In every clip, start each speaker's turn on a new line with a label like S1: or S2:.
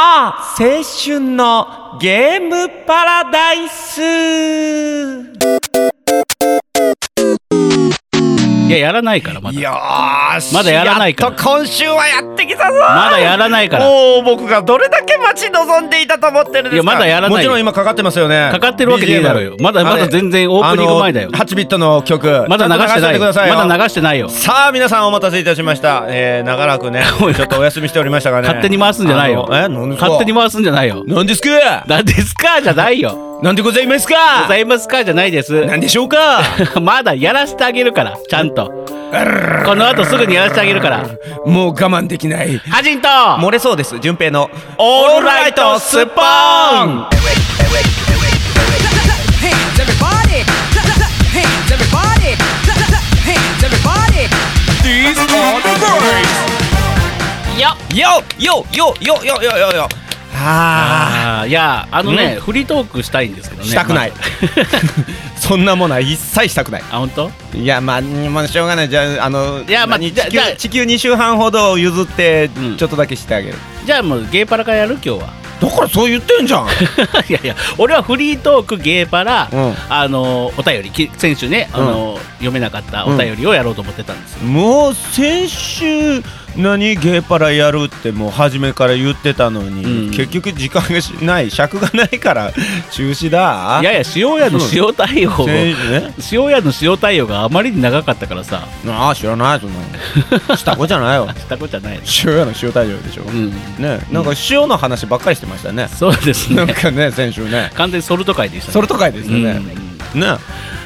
S1: あ青春のゲームパラダイス
S2: いややらないからまだ
S1: よーし
S2: まだやらないから
S1: やっと今週はやってきたぞ
S2: まだやらないから
S1: もう僕がどれだけ待ち望んでいたと思ってるんですか
S2: いやまだやらないよ
S3: もちろん今かかってますよね
S2: かかってるわけねえだろうよ
S3: BGM
S2: まだまだ
S3: あれ
S2: 全然オープニング前だよ
S3: あの8ビットの曲
S2: まだ流してない
S3: ちゃんと流しといてくださいよ
S2: まだ流してないよ
S3: さあ皆さんお待たせいたしました、えー、長らくね
S2: おい
S3: ちょっとお休みしておりましたがね
S2: 勝手に回すんじゃないよ
S3: あのえ何ですか
S2: 勝手に回すんじゃないよ
S3: 何ですか
S2: なんですかじゃないよ
S3: 何でございます
S2: ござ
S3: か
S2: いますかじゃないです
S3: 何でしょうか
S2: まだやらせてあげるからちゃんとこの後すぐにやらせてあげるから
S3: もう我慢できない
S2: ハジンと
S3: 漏れそうです順平の
S2: オ
S3: オールライトスッポーン
S4: hands, everybody. Clap, clap, clap, hands, everybody. Clap, clap, clap, hands, everybody.
S3: よよよよよよよよあ
S2: あーいやあのねフリートークしたいんですけど
S3: ー
S2: ね
S3: したくない、
S2: ま
S3: そんなものは一切したくない
S2: ああ本当
S3: いやまあもうしょうがないじゃああの
S2: いやまあ
S3: 何
S2: じゃ
S3: 地球
S2: じゃ
S3: 地球2週半ほど譲って
S2: うん
S3: ちょっとだけしてあげる、
S2: じゃあもうゲーパラからやる今日は
S3: だからそう言ってんじゃん
S2: いやいや俺はフリートークゲーパラ、
S3: うん
S2: あのお便りき先週ねあの、読めなかったお便りをやろうと思ってたんですよ、
S3: もう先週何ゲーパラやるってもう初めから言ってたのに、
S2: うん
S3: 結局時間がしない尺がないから中止だ
S2: いやいや塩屋の塩対応を
S3: 先週ね
S2: 塩屋の塩対応があまりに長かったからさ
S3: ああ知らないそんな のした子じゃないよ
S2: したことじゃないです
S3: 塩屋の塩大丈夫でしょ、
S2: うん
S3: ねなんか塩の話ばっかりしてましたね、
S2: そうです
S3: なん
S2: ね
S3: かね先週ね
S2: 完全にソルト界でしたね
S3: ソルト会ですよね、
S2: うん
S3: ね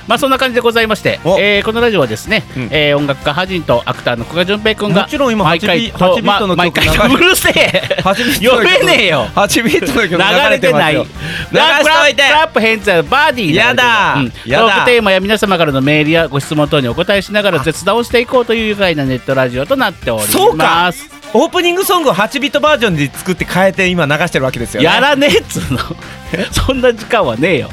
S2: まあそんな感じでございまして、
S3: お
S2: えーこのラジオはですね、
S3: うん
S2: えー音楽家ハジンとアクターの古賀淳平君が
S3: もちろん今
S2: 毎
S3: 8
S2: 回
S3: ビ8ビット
S2: ま
S3: の曲
S2: 毎回
S3: 流れて
S2: うるせえ
S3: 8ビッ ト
S2: 読
S3: の曲
S2: めねえよ
S3: 8ビットの曲
S2: 流
S3: 流
S2: れ
S3: れ
S2: て
S3: てま
S2: な
S3: す
S2: い
S3: よ
S2: クラップ
S3: 流しといて
S2: クラップヘンツェバーディー
S3: やだ
S2: うん
S3: やだ
S2: トークテーマや皆様からのメールやご質問等にお答えしながら絶談をしていこうという愉快なネットラジオとなっております
S3: そうかオープニングソングを8ビットバージョンで作って変えて今流してるわけですよね
S2: やらねえっつうの そんな時間はねえよ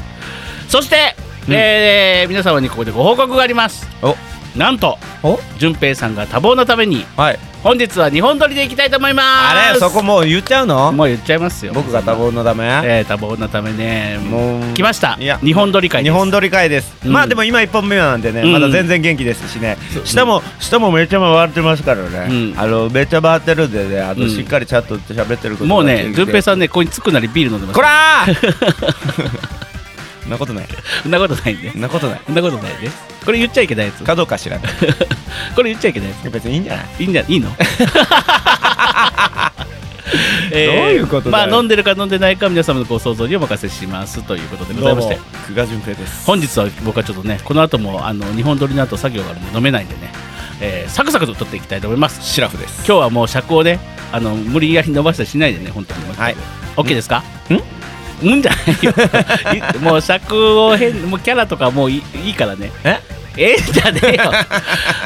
S2: そして、
S3: うん
S2: えー皆様にここでご報告があります
S3: お
S2: なんと
S3: お
S2: 淳平さんが多忙なために
S3: はい
S2: 本日は日本撮りでいきたいと思います
S3: あれそこもう言っちゃうの
S2: もう言っちゃいますよ
S3: 僕が多忙のため
S2: えー多忙なためねも
S3: も
S2: う
S3: う
S2: 来ました
S3: いや
S2: 日本撮り会で
S3: 日
S2: す
S3: 本撮り会です、
S2: うん
S3: まあでも今1本目なんでね、
S2: うん
S3: まだ全然元気ですしね
S2: そう
S3: 下も下もめっちゃ回ってますからね、
S2: うん
S3: あのめっちゃ回ってるんでねあ
S2: う
S3: の
S2: ん
S3: しっかりチャットって喋ってることが
S2: もうね
S3: できて
S2: 淳平さんねここにつくなりビール飲んでます
S3: こらー そんなことない
S2: そんなことないんで
S3: そんなことない
S2: そんなことないでこれ言っちゃいけないやつ
S3: かどうか知らない
S2: これ言っちゃいけないやつ
S3: 別にいいんじゃない
S2: いいんじゃ いいの
S3: どういうことだ
S2: まあ
S3: よ
S2: 飲んでるか飲んでないか皆様のご想像にお任せしますということでございまして
S3: 久我淳平です
S2: 本日は僕はちょっとねこの後もあの日本撮りの後作業があるので飲めないんでね、えーサクサクと撮っていきたいと思います
S3: シラフです
S2: 今日はもう尺をねあの無理やり伸ばしたりしないでね本当に
S3: はい
S2: OK ですかんうんじゃ ないよいもう尺を変もうキャラとかもういいいいからね
S3: え
S2: ええんじゃねえ よあ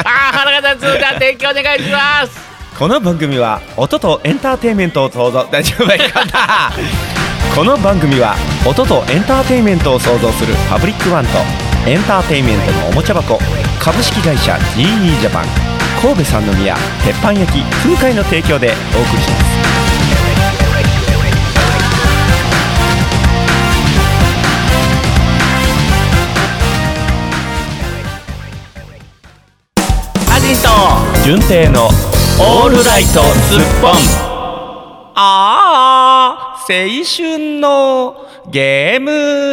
S2: あ腹が立つじゃあ提供お願いします
S3: この番組は音とエンターテインメントを創造大丈夫かなこの番組は音とエンターテインメントを創造するパブリックワンとエンターテインメントのおもちゃ箱株式会社 GE ジャパン神戸三宮鉄板焼き空海の提供でお送りします
S2: アジンと
S3: 純正の
S2: オールライトスッポン
S1: ああ青春のゲー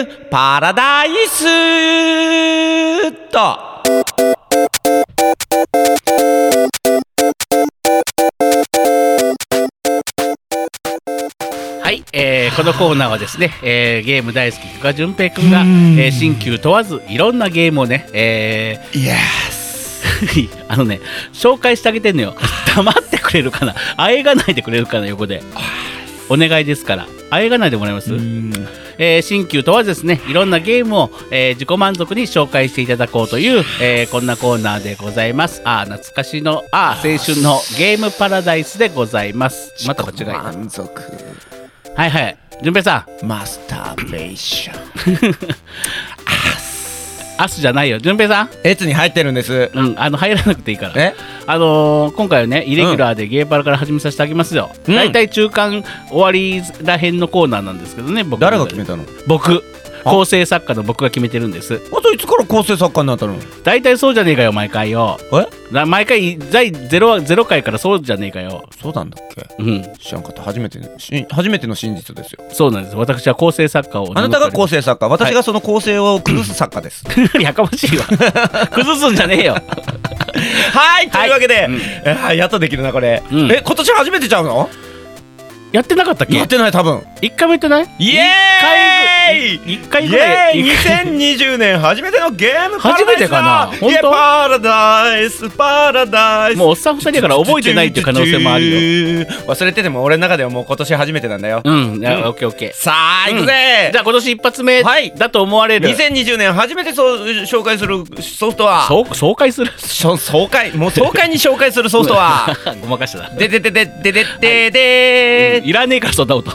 S1: ムパラダイスと
S2: はい、えーこのコーナーはですね、えーゲーム大好き久我淳平くんが、えー新旧問わずいろんなゲームをね、えー
S3: イエ
S2: あのね紹介してあげてん のよ黙ってくれるかなあえがないでくれるかな横でお願いですからあえがないでもらえます、えー新旧問わずですねいろんなゲームを、えー自己満足に紹介していただこうという、えーこんなコーナーでございますああ懐かしのああ青春のゲームパラダイスでございますまた間違いない
S3: 満足
S2: はいはい順 平さん
S3: マスターベーション
S2: 明日じゃないよ順平さん
S3: エツに入ってるんです
S2: うんあの入らなくていいから
S3: え
S2: あのー今回はねイレギュラーでゲーパラから始めさせてあげますよ、
S1: うん
S2: 大体中間終わりらへんのコーナーなんですけどね僕
S1: 誰が決めたの
S2: 僕構成作家の僕が決めてるんです
S1: あといつから構成作家になったの
S2: 大体そうじゃねえかよ毎回よ
S1: え
S2: な毎回第 0, ゼロ回からそうじゃねえかよ
S1: そうなんだっけ
S2: うん
S1: 知らんかった初めてのし初めての真実ですよ
S2: そうなんです私は構成作家を
S1: あなたが構成作家私
S2: は
S1: がその構成を崩す作家です
S2: 成やかま しいわ崩すんじゃねえよ
S1: はいというわけで、
S2: うん
S1: えーやっとできるなこれ、
S2: うん
S1: え今年初めてちゃうの
S2: やってなかったっけ
S1: やってない多分
S2: 一回もやってない
S1: イエーイ
S2: 一回ぐらい
S1: イエ
S2: 一回
S1: ーイ2020年初めてのゲームパラダイス
S2: 初めてかな
S1: だ
S2: 本当
S1: イエーパラダイスパラダイス
S2: もうおっさん二人だから覚えてないっていう可能性もあるよ
S1: よ忘れてても俺の中ではもう今年初めてなんだよ、
S2: うんあオッケーオッケー
S1: さあ行くぜ、
S2: じゃあ今年一発目
S1: はい
S2: だと 思われる、
S1: 2020年初めてそう紹介するソフトは
S2: そう爽快する
S1: しょ爽快もう爽快に紹介するソフト は
S2: ごまかしたな
S1: でででででででで
S2: いらねえからそん な音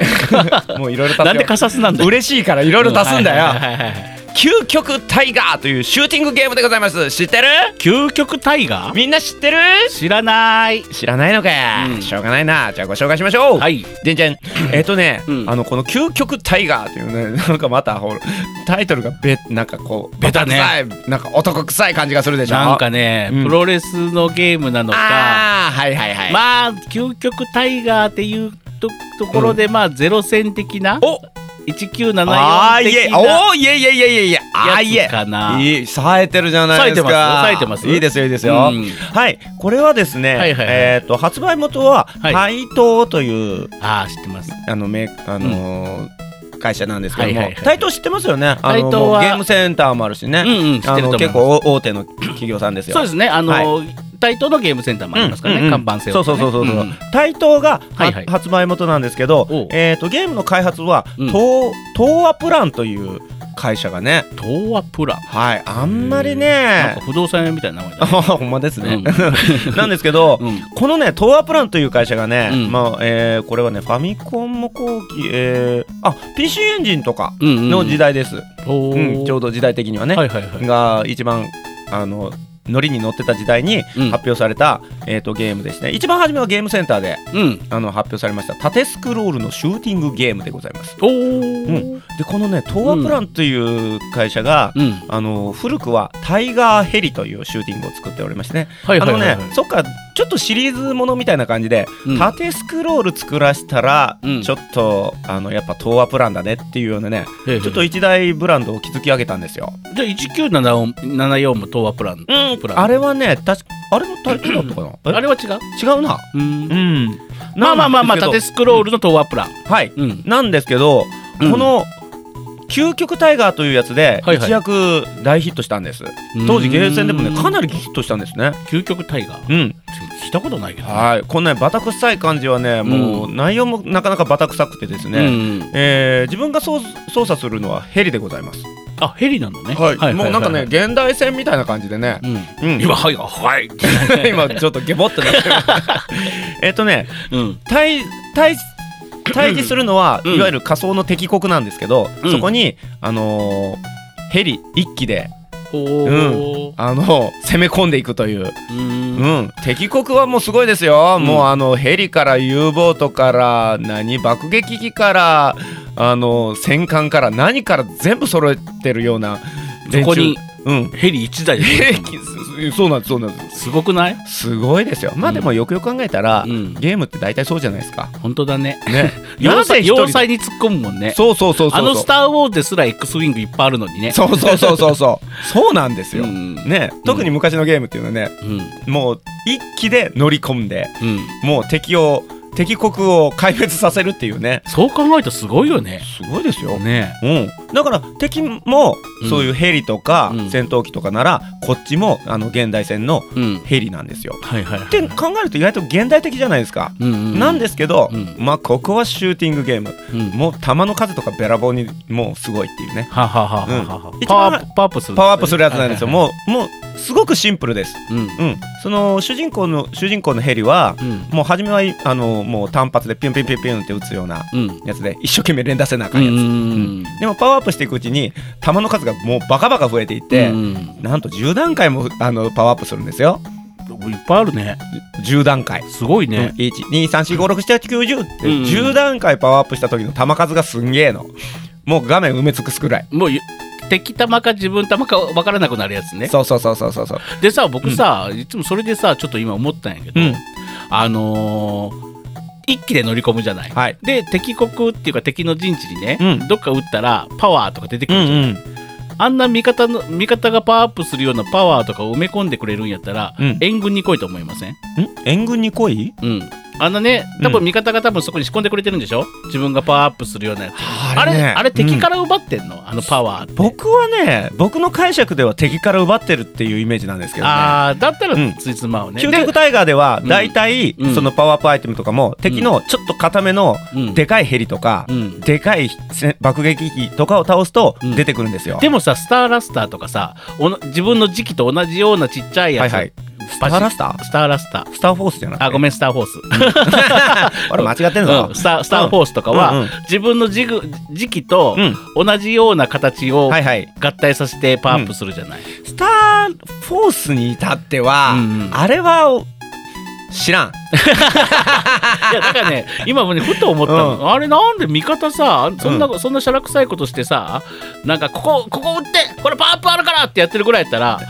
S1: もういろいろ足すよ
S2: なんでカサスなんだよ
S1: 嬉しいからいろいろ足すんだ
S2: はい
S1: よ
S2: はいはいはい
S1: 究極タイガーというシューティングゲームでございます知ってる
S2: 究極タイガー
S1: みんな知ってる
S2: 知らない
S1: 知らないのかよ、
S2: うん
S1: しょうがないなじゃあご紹介しましょう
S2: はい
S1: でんじゃ んえっ、とね、
S2: うん
S1: あのこの「究極タイガー」というね なんかまたほらタイトルがべなんかこう
S2: ベタね
S1: 男臭いなんか男臭い感じがするでしょ
S2: なんかね、
S1: うん
S2: プロレスのゲームなのか
S1: ああはいはいはい、
S2: まあ究極タイガーっていうとところで、まあゼロ戦的な
S1: お
S2: 1974的
S1: あーいえ
S2: な
S1: おーいえいえいえいえいえあーい
S2: や
S1: え
S2: つかない
S1: い冴えてるじゃないですか
S2: 冴えてますよ冴えてます
S1: いいですよいいですよ、
S2: うん
S1: はいこれはですね、
S2: はいはいはい
S1: えっ、と発売元は
S2: はい
S1: 怪盗という
S2: ああ知ってます
S1: あのめあのー会社なんですけども、
S2: はいはいはい
S1: 台頭知ってますよね。あ
S2: 台
S1: の
S2: 頭は
S1: もうゲームセンターもあるしね。
S2: うんうん知って
S1: あ
S2: ると
S1: の
S2: 思います
S1: 結構大手の企業さんですよ。
S2: そうですねあの、台頭のゲームセンターもありますからね、
S1: うんうんうん
S2: 看板制
S1: そうそうそうそうそう。台頭が、は
S2: はいはい
S1: 発売元なんですけど
S2: おう、
S1: えっ、とゲームの開発は、
S2: うん
S1: 東東亜プランという会社がね。
S2: 東和プラン
S1: はい。あんまり
S2: なん
S1: ね
S2: か。不動産屋みたいな名前だ
S1: あ
S2: ね
S1: ほんまですね。 なんですけど。
S2: うん、うん
S1: このね、東亜プランという会社がね、
S2: うん
S1: まあえーこれはね、ファミコンも後期、えーあ PC エンジンとか
S2: うんうん、
S1: の時代です、
S2: おー
S1: うん、ちょうど時代的にはね、
S2: はいはいはい
S1: が一番あのノリに乗ってた時代に
S2: うん
S1: 発表された、えー、とゲームですね一番初めはゲームセンターで
S2: うん
S1: あの発表されました縦スクロールのシューティングゲームでございます
S2: おー
S1: うんでこのね東亜プランという会社が、
S2: うん
S1: あの古くはタイガーヘリというシューティングを作っておりましてね、
S2: はいはいはいはい
S1: あのねそっかちょっとシリーズものみたいな感じで、
S2: うん
S1: 縦スクロール作らしたら、
S2: うん
S1: ちょっとあのやっぱ東亜プランだねっていうようなね
S2: へーへー
S1: ちょっと一大ブランドを築き上げたんですよ。
S2: じゃあ1974も東和プラン
S1: うん
S2: プラン
S1: あれはね、確かあれのタイトルだったかな。
S2: あ
S1: あれ
S2: れは違う
S1: 違うな。
S2: うん
S1: ん。
S2: まあまあまあま
S1: な
S2: あ
S1: ん
S2: 縦
S1: です
S2: スクロールの東和プラン
S1: けどはい。
S2: うん
S1: なんですけど、
S2: うん
S1: この究極タイガーというやつで
S2: はいはい
S1: 一躍大ヒットしたんです。当時ゲーセンでもねかなりヒットしたんですね。
S2: 究極タイガー
S1: うん。
S2: 聞いたことないけど
S1: はい。こんなバタ臭い感じはね、もう内容もなかなかバタ臭くてです
S2: う
S1: ね。
S2: ん
S1: えー自分が操操作するのはヘリでございます。
S2: あヘリなのね
S1: もうなんかね、現代戦みたいな感じでね。
S2: うん
S1: うん。
S2: 今はいはい
S1: 今ちょっとゲボってなってる。 えっとね、
S2: うん
S1: 対対対峙するのは、
S2: うん
S1: いわゆる仮想の敵国なんですけど、
S2: うん
S1: そこにあのーヘリ一機で
S2: おー
S1: あのー攻め込んでいくという、
S2: う
S1: うんん敵国はもうすごいですよ、
S2: ん
S1: もうあのヘリから U ボートから何爆撃機からあのー戦艦から何から全部揃えてるような
S2: そこに
S1: うん
S2: ヘリ一台で
S1: 兵器そうなんですそうなんです
S2: すごくない
S1: すごいですよまあでもよくよく考えたら、
S2: うん
S1: ゲームって大体そうじゃないです か
S2: 本当だね
S1: ね
S2: 要塞
S1: 一人で
S2: 要塞に突っ込むもんね
S1: そうそうそうそうそう
S2: あの「スター・ウォーズ」ですら X ウィングいっぱいあるのにね
S1: そうそうそうそうそう。そうなんですよ。
S2: うん
S1: ね、特に昔のゲームっていうのはね、
S2: うん
S1: もう一気で乗り込んで、
S2: うん
S1: もう敵を敵国を壊滅させるっていうね。
S2: そう考えたらすごいよね
S1: すごいですよ。
S2: ね
S1: うん、だから敵も
S2: うん
S1: そういうヘリとか
S2: うん
S1: 戦闘機とかならこっちもあの現代戦の
S2: うん
S1: ヘリなんですよ。
S2: はいはいは
S1: っ
S2: い
S1: て考えると意外と現代的じゃないですか。
S2: うんうん
S1: なんですけど、
S2: うん
S1: まあここはシューティングゲーム、
S2: うん
S1: もう弾の数とかべらぼうにもうすごいっていうね
S2: はははははは
S1: うん
S2: パワーアップパワーアップする
S1: パワーアップするやつなんですよ
S2: はいは
S1: もうもうすごくシンプルです
S2: いはいうん
S1: うん、その主人公の主人公のヘリは、
S2: うん
S1: もう初めはいあのもう単発でピュンピュンピュンピュンって打つような
S2: うん
S1: やつで一生懸命連打せなあか
S2: うんん
S1: やつ、
S2: うん
S1: でもパワーアップしていくうちに弾の数がもうバカバカ増えていって、
S2: うん
S1: なんと10段階もあのパワーアップするんですよ
S2: いっぱいあるね
S1: 10段階
S2: すごいね、
S1: 12345678910って
S2: うん
S1: 10段階パワーアップした時の球数がすんげえのもう画面埋め尽くすくらい
S2: もうゆ敵玉か自分玉か分からなくなるやつね
S1: そうそうそうそうそうそう
S2: でさ僕さ、いつもそれでさちょっと今思ったんやけど、
S1: うん
S2: あのー一気で乗り込むじゃない、
S1: はい
S2: で敵国っていうか敵の陣地にね、
S1: うん
S2: どっか撃ったらパワーとか出てく
S1: う
S2: るじゃん、
S1: ん
S2: あんな味方の味方がパワーアップするようなパワーとかを埋め込んでくれるんやったら、
S1: うん
S2: 援軍に来いと思いません
S1: うんん援軍に来い
S2: うんあのね多分味方が多分そこに仕込んでくれてるんでしょ自分がパワーアップするようなやつあれ,、
S1: ね
S2: あれ敵か
S1: うん
S2: ら奪ってんの、あのパワーって
S1: 僕はね僕の解釈では敵から奪ってるっていうイメージなんですけどね
S2: ああだった
S1: うん
S2: らついつまをね、
S1: 究
S2: で
S1: 極タイガーでは
S2: うん
S1: 大体
S2: うん
S1: そのパワーアップアイテムとかも敵のちょっと固めの
S2: うん
S1: でかいヘリとか
S2: うん
S1: でかいせ爆撃機とかを倒すと
S2: うん
S1: 出てくるんですよ。
S2: でもさスターラスターとかさおな自分の時期と同じようなちっちゃい
S1: は
S2: や
S1: い
S2: つ、
S1: はい。スタ
S2: パシ
S1: ーラスター
S2: スターラスター
S1: スターフォースじゃなくて
S2: あごめんスターフォース、
S1: 俺間違ってん
S2: う
S1: ぞ
S2: ん、。スタースターフォースとかは、
S1: うんうん
S2: 自分の時時期と
S1: うん
S2: 同じような形を
S1: はいはい。
S2: 合体させてパワーアップするじゃない、
S1: スターフォースに至っては
S2: うんうん
S1: あれは知らん。
S2: いやだか らね今もねふと思ったの、
S1: う
S2: あれなんで味方さそんな、そんなしゃらくさいことしてさなんかここここ打ってこれパワーアップあるからってやってるぐらいやったら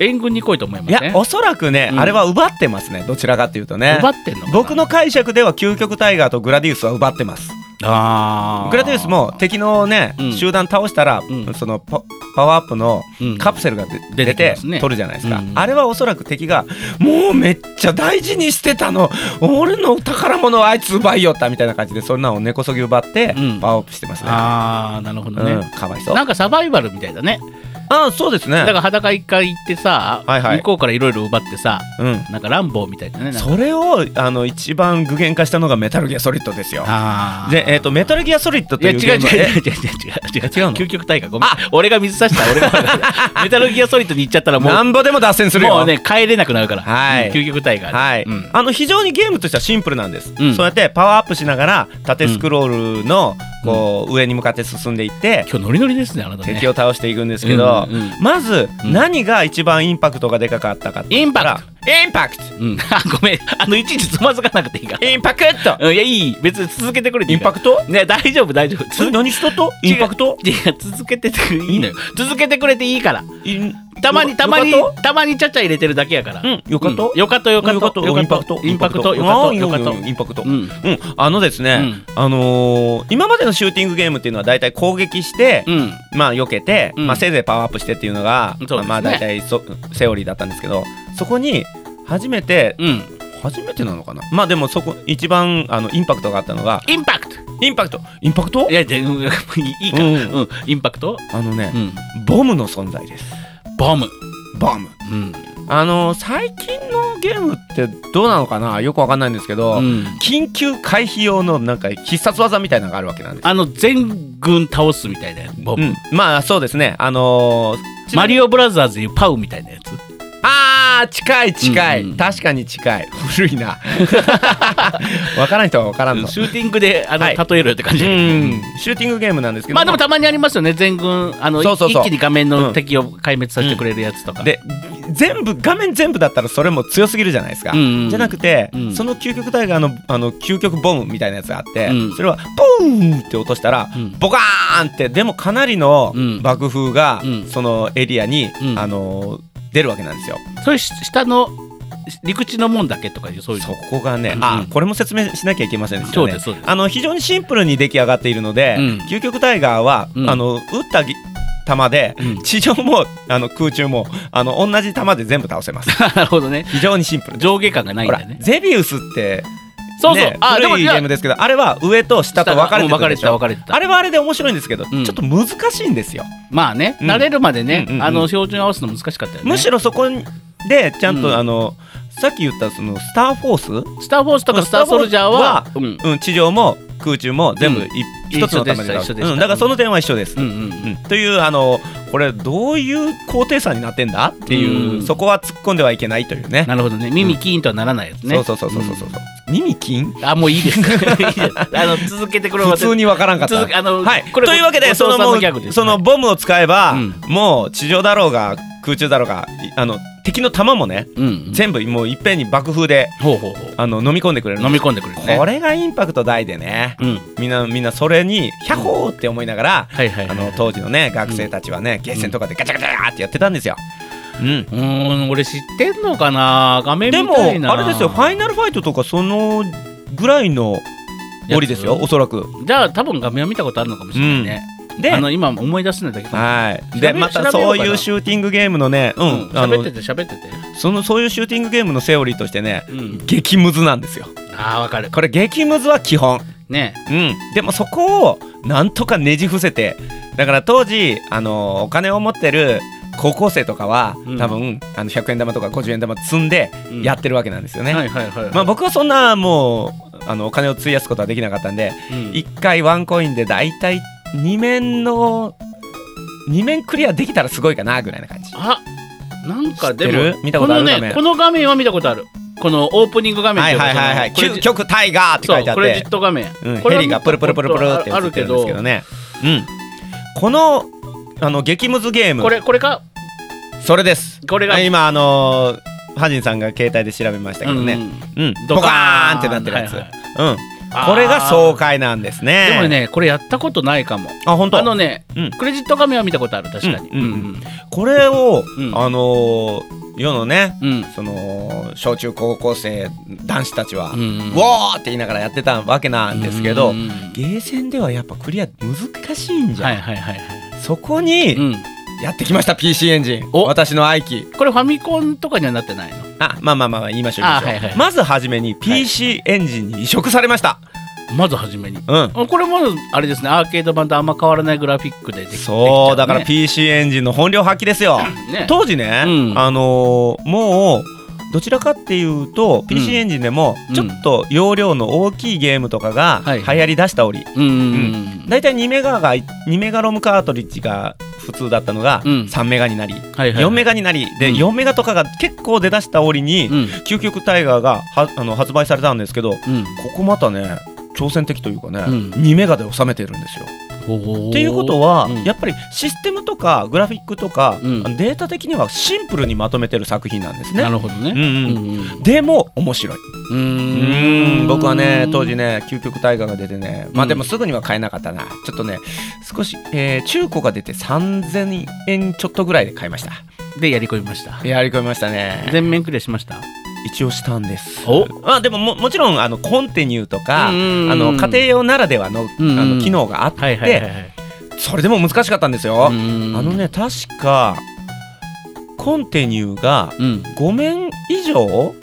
S2: 援軍に来いと思いま
S1: い
S2: す
S1: や
S2: ね
S1: おそらくね
S2: うん
S1: あれは奪ってますねどちらかというとね。
S2: 奪ってんのかな
S1: 僕の解釈では究極タイガーとグラディウスは奪ってます。
S2: あー
S1: グラディウスも敵のね、
S2: うん
S1: 集団倒したら、
S2: うん
S1: そのパパワーアップの
S2: うん
S1: カプセルがで
S2: 出
S1: 出
S2: てき
S1: て
S2: ますね
S1: 取るじゃないですか、
S2: うん
S1: あれはおそらく敵がもうめっちゃ大事にしてたの俺の宝物をあいつ奪いよったみたいな感じでそんなのを根こそぎ奪って
S2: うん
S1: パワーアップしてますね、
S2: ああなるほ
S1: う
S2: ど
S1: ん
S2: ね、
S1: かわいそう
S2: なんかサバイバルみたいだね
S1: あそうですね
S2: だから裸一回行ってさ、
S1: はいはい
S2: 向こうからいろいろ奪ってさ
S1: うん
S2: なんか乱暴みたいだねなんか
S1: それをあの一番具現化したのがメタルギアソリッドですよ
S2: あー
S1: で、えー、とメタルギアソリッド
S2: い
S1: とい
S2: や
S1: う
S2: 違う
S1: ゲ
S2: 違う
S1: ームは
S2: 違う 違
S1: 違
S2: う違う違う違う
S1: うの
S2: 究極大会ごめん俺が水差した俺が悪かった メタルギアソリッドに行っちゃったら
S1: え
S2: もう
S1: なんぼでも脱線するよ
S2: もうね帰れなくなるから、
S1: はい
S2: うん究極大会
S1: はい
S2: うん
S1: あの非常にゲームとしてはシンプルなんです、
S2: うん
S1: そうやってパワーアップしながら縦スクロールのこう上に向かって進んでいって、
S2: 今日ノリノリですねあなたね
S1: 敵を倒していくんですけど、
S2: うんうん
S1: まず
S2: うん
S1: 何が一番インパクトがでかかったかって言ったらインパクト
S2: うん、 あごめんあのいちいちつまずかなくていいから
S1: インパクト
S2: うんいやいい別に続けてくれてい
S1: イ
S2: い
S1: ン
S2: から
S1: パクト
S2: ね大丈夫大丈夫
S1: え何しとっとインパクト
S2: いや続けてていいのよ続けてくれていいから
S1: イン
S2: たまにたまに
S1: よか
S2: たまにちゃちゃ入れてるだけやから
S1: うんよかと
S2: よかとよ
S1: と
S2: か
S1: よかとイ
S2: と
S1: ンパクト
S2: インパクトよ
S1: あ
S2: か
S1: ー
S2: とよかと
S1: インパクト
S2: うん
S1: うん、あのですね、あのー今までのシューティングゲームっていうのは大体攻撃して、
S2: うん
S1: まあ避けて、
S2: うん
S1: まあ、せいぜいパワーアップしてっていうのが、
S2: そうですね
S1: まあ大体そセオリーだったんですけどそこに初めて、
S2: うん
S1: 初めてなのかなまあでもそこ一番あのインパクトがあったのが
S2: インパクト
S1: インパクトインパクト
S2: いやでうんいいから
S1: う
S2: うんんインパクト
S1: あのね
S2: う、ん
S1: ボムの存在です
S2: ボム
S1: ボム
S2: うん
S1: あのー最近のゲームってどうなのかなよくわかんないんですけど、
S2: うん
S1: 緊急回避用のなんか必殺技みたいなのがあるわけなんです
S2: あの全軍倒すみたいなやつボ
S1: う
S2: ム
S1: ん、まあそうですねあのー
S2: マリオブラザーズでいうパウみたいなやつ
S1: あー近い近い、
S2: うんうん
S1: 確かに近い古いな わからん人はわからんの
S2: シューティングであの
S1: はい
S2: 例えろよって感じ
S1: う
S2: だけど
S1: んシューティングゲームなんですけど
S2: まあでもたまにありますよね全軍あの
S1: そうそうそう
S2: 一気に画面の敵を壊滅させてくれるやつとか
S1: で全部画面全部だったらそれも強すぎるじゃないですか、
S2: うんうん
S1: じゃなくて、
S2: うん
S1: その究極タイガーのあの究極ボムみたいなやつがあって、
S2: うん
S1: それはポーンって落としたら、
S2: うん
S1: ボカーンってでもかなりの
S2: うん
S1: 爆風が、
S2: うん
S1: そのエリアに、
S2: うん
S1: あのー出るわけなんですよ。
S2: それし下のし陸地のもんだけとかいうそういう
S1: そ
S2: の
S1: こがね、
S2: うん
S1: あこれも説明しなきゃいけませんでしたね
S2: そうですそうです
S1: あの非常にシンプルに出来上がっているので、
S2: うん
S1: 究極タイガーは、
S2: うん
S1: あの打ったぎ球で、
S2: うん
S1: 地上もあの空中もあの同じ球で全部倒せます
S2: なるほどね
S1: 非常にシンプル
S2: 上下感がないん
S1: ほ
S2: だ
S1: ら
S2: よね
S1: ゼビウスって
S2: そうそう
S1: ね、
S2: あでも
S1: 古いゲームですけどあれは上と下と分かれて
S2: 分
S1: る
S2: かれ
S1: で
S2: て
S1: した
S2: 分
S1: ょ
S2: かれてた
S1: あれはあれで面白いんですけど、
S2: うん
S1: ちょっと難しいんですよ
S2: まあね
S1: うん
S2: 慣れるまでね
S1: うんうんうん
S2: あの標準合わすの難しかったよね
S1: むしろそこでちゃんと、
S2: うん
S1: あのさっき言ったそのスターフォース
S2: スター・フォースとかスター・ソルジャーはうんうん
S1: うん、地上も空中も全部
S2: うん
S1: い一、つのためで
S2: 一緒でした一緒でした
S1: うん、だからその点は一緒です。
S2: う
S1: うん
S2: んうん
S1: というあのこれどういう高低差になってんだっていう、
S2: うん
S1: そこは突っ込んではいけないというね。
S2: なるほどね耳キーンとはならないやつね
S1: そうそうそうそうそうそう。耳金
S2: うんあもういいです いいですあの続けてこれ
S1: 普通にわからんかった
S2: 続。けあの
S1: はい、
S2: これ
S1: というわけで
S2: ご
S1: そ
S2: ご
S1: の
S2: 相談
S1: も
S2: ギャグで
S1: う
S2: す
S1: そのボムを使えば、
S2: うん
S1: もう地上だろうが空中だろうがいあの敵の弾もね
S2: うん
S1: 全部もういっぺんに爆風で
S2: ほうほうほう
S1: あの飲み込んでくれるの
S2: 飲み込んでくれるね
S1: これがインパクト大でね、
S2: うん
S1: みんなみんなそれに「百歩!」って思いながら、
S2: はいはいはい
S1: あの当時のね学生たちはね、ゲーセンとかでガチャガチャってやってたんですよ。うん、
S2: うーん俺知ってんのかな画面み
S1: でも
S2: たいな
S1: あれですよ「ファイナルファイト」とかそのぐらいの折ですよ
S2: やつ
S1: おそらく。
S2: じゃあ多分画面を見たことあるのかもしれないね、
S1: で
S2: あの今思い出せないだけかも
S1: はい、
S2: 調べ
S1: でま
S2: 調
S1: た
S2: べようかな
S1: そういうシューティングゲームのね、う
S2: うんん
S1: あ
S2: 喋っ
S1: の
S2: てて喋ってて
S1: そのそういうシューティングゲームのセオリーとしてね、
S2: うん
S1: 激ムズなんですよ。
S2: ああわかる
S1: これ激ムズは基本、
S2: ね
S1: うん、でもそこをなんとかねじ伏せてだから当時あのお金を持ってる高校生とかは、
S2: うん
S1: 多分あの100円玉とか50円玉積んで
S2: うん
S1: やってるわけなんですよね。
S2: はいはいはいはい
S1: まあ、僕はそんなもうあのお金を費やすことはできなかったんで、
S2: うん
S1: 一回ワンコインでだいたい2面の2面クリアできたらすごいかなぐらいな感じ。
S2: あなんかで
S1: 知ってる
S2: も
S1: 見たことある
S2: この
S1: 画
S2: ね
S1: 面
S2: この画面は見たことあるこのオープニング画面
S1: はいはいはいはい、
S2: っていう
S1: 究
S2: か
S1: 極タイガーって
S2: そ
S1: 書
S2: の
S1: いてあっ
S2: クレジ
S1: て
S2: ッ、ト画面
S1: うん、
S2: これ
S1: ヘ
S2: は
S1: リがプルプルプルプルって
S2: あ
S1: 映
S2: る
S1: って
S2: け
S1: るんです
S2: ど
S1: けどね、うん、このあの激ムズゲーム
S2: これこれか
S1: それです
S2: これが
S1: 今あのー、ハジンさんが携帯で調べましたけど
S2: うんう
S1: ね
S2: ん
S1: うん、
S2: ド
S1: ボ
S2: カーン
S1: カーンってなってるやつ、
S2: はいはい
S1: うん
S2: あー
S1: これが爽快なんですね
S2: でもねこれやったことないかも
S1: あ本当
S2: あのね
S1: うん
S2: クレジット画面は見たことある確かに
S1: うんうんこれを、
S2: うん
S1: あのー、世のね
S2: うん
S1: その小中高校生男子たちは、
S2: うんうん
S1: うおーって言いながらやってたわけなんですけど、
S2: うんうん
S1: ゲーセンではやっぱクリア難しいんじゃん、
S2: はいはいはいはい
S1: そこに、
S2: うん
S1: やってきました PC エンジン
S2: お
S1: 私の愛機
S2: これファミコンとかにはなってないの
S1: あまあまあまあまあ言いましょう言いましょう
S2: あはいはい
S1: まずはじめに PC エンジンに移植されました、
S2: まず初めに
S1: うん
S2: あこれもあれですねアーケード版とあんま変わらないグラフィックでできできちゃ
S1: そうだから
S2: ね
S1: PC エンジンの本領発揮ですよ、
S2: ね
S1: 当時ね、
S2: うん
S1: あのーもうどちらかっていうと PC エンジンでも
S2: うん
S1: ちょっと容量の大きいゲームとかが
S2: は
S1: 流
S2: い
S1: 行りだしたおり、
S2: うんうんうん
S1: だいたい2メガが2メガロムカートリッジが普通だったのが
S2: うん
S1: 3メガになり、
S2: はいはい
S1: 4メガになりで
S2: うん
S1: 4メガとかが結構出だした折に、
S2: うん
S1: 究極タイガーがはあの発売されたんですけどこ
S2: うん
S1: こまたね挑戦的というかね、
S2: うん
S1: 2メガで収めてるんですよ。
S2: っ
S1: っていうことは、
S2: うん
S1: やっぱりシステムとかグラフィックとか、
S2: うん
S1: あのデータ的にはシンプルにまとめてる作品なんですね。
S2: なるほどね。
S1: うんうん
S2: ん
S1: でも面白い
S2: うん
S1: 僕はね当時ね究極タイガーが出てねま
S2: う
S1: あ
S2: ん
S1: でもすぐには買えなかったな、ちょっとね少し、えー中古が出て3000円ちょっとぐらいで買いました
S2: でやり込みました。
S1: やり込みましたね
S2: 全面クリアしました。
S1: 一応したんです
S2: お
S1: あでもももちろんあのコンティニューとか、
S2: うんうんうん
S1: あの家庭用ならではの,、
S2: うんうん
S1: あの機能があって、
S2: はいはいはいはい。
S1: それでも難しかったんですよ、
S2: あ
S1: あの
S2: の。
S1: ね確かコンティニューが
S2: うん。
S1: 5面以上、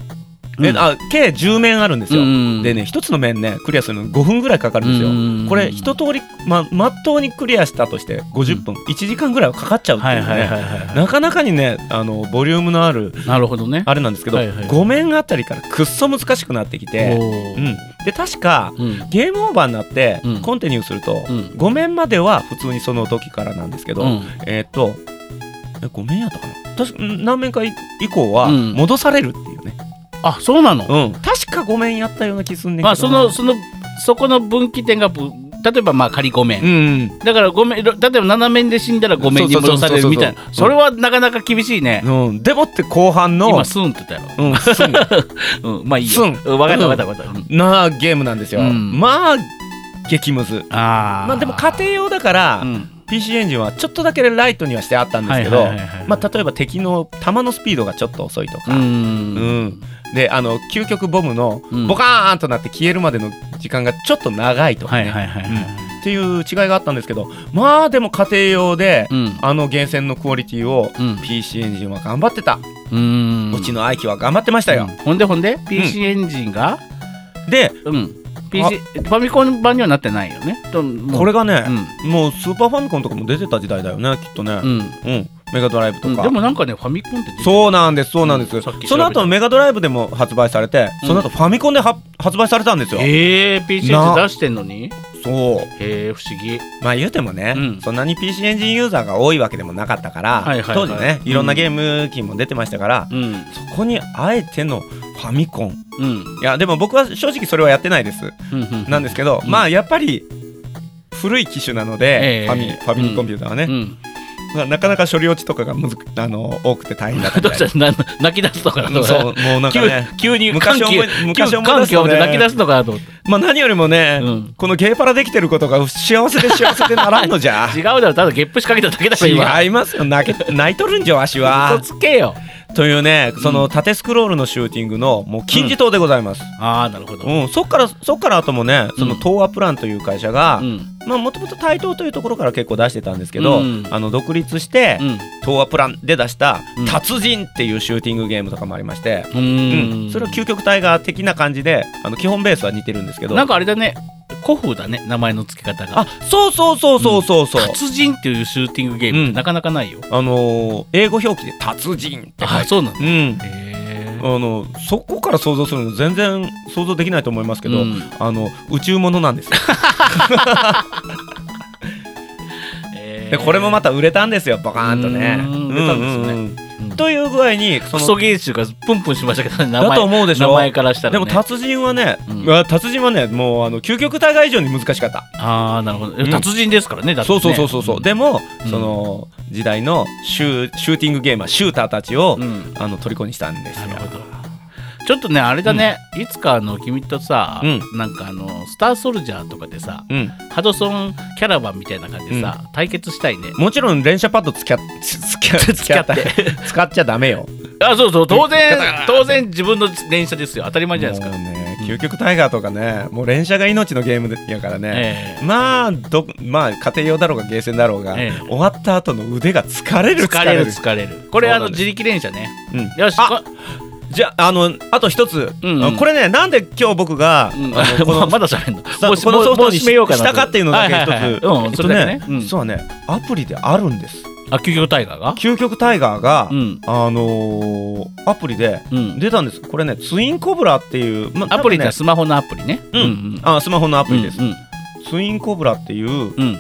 S1: え
S2: うん
S1: あ計10面あるんですよ、
S2: うんうん
S1: でね1つの面ねクリアするのに5分ぐらいかかるんですよ、
S2: うんうんうん
S1: これ一通りままっとうにクリアしたとして50分、1時間ぐらいはかかっちゃうって
S2: はいいう
S1: ね、
S2: はいはいは
S1: なかなかにねあのボリュームのある
S2: い。なるほどね。
S1: あれなんですけど、
S2: はいはい
S1: 5面あたりからくっそ難しくなってきて、
S2: お
S1: う
S2: ー
S1: ん、で確か
S2: うん。
S1: ゲームオーバーになって、
S2: うん
S1: コンティニューすると、
S2: うん
S1: 5面までは普通にその時からなんですけど、
S2: うん
S1: えーっとえ5面やったかな確かん何面か以降は
S2: うん
S1: 戻されるっていうね、
S2: あそうなの。
S1: うん、確か5面やったような気すんねんけどな
S2: まあそのそのそこの分岐点がぶ例えばまあ仮5
S1: う
S2: 面。
S1: ん、
S2: だから5面例えば斜面で死んだら5面に戻されるみた
S1: そうそうそ
S2: いな。
S1: うそうそう
S2: それはなかなか厳しいね。
S1: うん、でもって後半の
S2: 今スンって言ったや
S1: うん、すん
S2: ろ。うん。まあいいよ。
S1: スン
S2: うんわかったわかったわかった。うん
S1: なゲームなんですよ、
S2: うん
S1: まあ激ムズ
S2: ああ。
S1: まあでも家庭用だから、
S2: うん。
S1: PC エンジンはちょっとだけライトにはしてあったんですけ
S2: は
S1: ど
S2: いはいはいはい
S1: まあ例えば敵の弾のスピードがちょっと遅いと
S2: う
S1: か、うん
S2: ん。
S1: であの究極ボムの
S2: うん
S1: ボカーンとなって消えるまでの時間がちょっと長いとか
S2: は
S1: ね、
S2: いはいはいはい。
S1: っていう違いがあったんですけどまあでも家庭用で、
S2: うん
S1: あの厳選のクオリティを
S2: うん
S1: PC エンジンは頑張ってた、
S2: うーん。
S1: うちの愛機は頑張ってましたよ、
S2: ほんでほんで PC エンジンが
S1: で
S2: うん。PC ファミコン版にはなってないよね。ともう
S1: これがね、もうスーパーファミコンとかも出てた時代だよねきっとね、う
S2: うんん。
S1: メガドライブ
S2: う
S1: と
S2: ん。
S1: か、
S2: でもなんかねファミコンって出て
S1: そうなんですそうなんです、
S2: うんさっき調べた
S1: その後メガドライブでも発売されて、
S2: うん
S1: その後ファミコンでは発売されたんですよ、
S2: ええ PC エンジン出してんのに。
S1: そう
S2: へえ不思議。
S1: まあ言うてもね、
S2: うん
S1: そんなに PC エンジンユーザーが多いわけでもなかったから、
S2: はいはいはい
S1: 当時ねいろんなゲーム機も出てましたから、
S2: うん
S1: そこにあえてのファミコン
S2: うん
S1: いやでも僕は正直それはやってないです、
S2: うんうん。
S1: なんですけど、
S2: うん
S1: まあやっぱり古い機種なので、
S2: ええ
S1: ファミファミリーコンピューターはね、
S2: うん
S1: まあなかなか処理落ちとかがむずくあの多くて大変だった
S2: ど
S1: み
S2: う
S1: たい
S2: したな泣き出すとかだと
S1: そうもうなんかね
S2: 急急に
S1: 昔思い
S2: 緩急
S1: 昔思い
S2: 緩
S1: 出す
S2: 急を
S1: と
S2: 持
S1: ね
S2: って泣き出すとかだと思って
S1: まあ何よりもね、
S2: うん
S1: このゲーパラできてることが幸せで幸せでならんのじゃ
S2: 違うだろただゲップ仕掛けただけだろ今
S1: 違いますよ泣け泣いとるんじゃわし
S2: 嘘
S1: は
S2: つけよ
S1: というねその縦スクロールのシューティングのもう金字塔でございます、
S2: ああなるほど
S1: うんそっからそっから後もねその
S2: うん
S1: 東亜プランという会社が、
S2: うん
S1: まあもともと台東というところから結構出してたんですけど、
S2: うん
S1: あの独立して、
S2: うん
S1: 東亜プランで出した
S2: うん
S1: 「達人」っていうシューティングゲームとかもありまして、
S2: う
S1: うん
S2: ん
S1: それは究極タイガー的な感じであの基本ベースは似てるんですけど
S2: なんかあれだね古風だね名前の付け方が
S1: あそうそうそうそうそうそう、
S2: 達人っていうシューティングゲームっ
S1: う
S2: て
S1: ん
S2: なかなかないよ
S1: あのー英語表記で「達人」って書
S2: あ
S1: いて
S2: そうなんだ
S1: うん
S2: へ
S1: あのそこから想像するの全然想像できないと思いますけど、
S2: うん
S1: あの宇宙ものなんですよ
S2: え
S1: でこれもまた売れたんですよバカーンとね
S2: うーん売れたんですね
S1: うんうんうんという具合にそ
S2: ク
S1: の
S2: ソ芸術がプンプンしましたけどね名前
S1: だと思うでしょ
S2: 名前からした
S1: で
S2: らね
S1: も達人はね、
S2: うん
S1: うわ達人はねもうあの究極大会以上に難しかった、
S2: ああなるほど
S1: ん
S2: 達人ですからねだって
S1: そう
S2: ね
S1: そうそうそうそうでも、
S2: うん
S1: その時代のシュシューティングゲーマーシューターたちを、
S2: うん
S1: あの虜にしたんですよ
S2: なるほどちょっとねあれだねいつかあの君とさ
S1: う
S2: なんかあのスターソルジャーとかでさ
S1: うん、
S2: ハドソンキャラバンみたいな感じでさ対決したいね
S1: もちろん連射パッドつきゃつつきゃつきゃ
S2: って
S1: 使っちゃダメよ
S2: あそうそう当然当然自分の電車ですよ当たり前じゃないですか
S1: もうね
S2: うん
S1: 究極タイガーとかねもう連射が命のゲームでやからね、
S2: ええ
S1: まあどまあ家庭用だろうがゲーセンだろうが、
S2: ええ
S1: 終わった後の腕が疲れる
S2: 疲れる疲れるこれあの自力電車ね
S1: うん
S2: よし
S1: あ
S2: こ
S1: じゃああのあと一つ、
S2: うんうん
S1: これねなんで今日僕が、
S2: うん
S1: あのこ の
S2: まだ喋んの
S1: さ
S2: も
S1: この
S2: う
S1: ソフ
S2: もう
S1: ト
S2: も
S1: に
S2: う締めようかな
S1: したかっていうのだけ一つ、
S2: はいはいはいはいうんそれだけね
S1: えっと
S2: うん
S1: 実はねアプリであるんです
S2: あ究極タイガーが
S1: 究極タイガーが、
S2: うん
S1: あのーアプリで
S2: うん
S1: 出たんですこれねツインコブラっていう、ま
S2: アプリっての
S1: で
S2: は
S1: す、
S2: スマホのアプリね
S1: うんあスマホのアプリです、
S2: うん
S1: ツインコブラっていう
S2: うんうん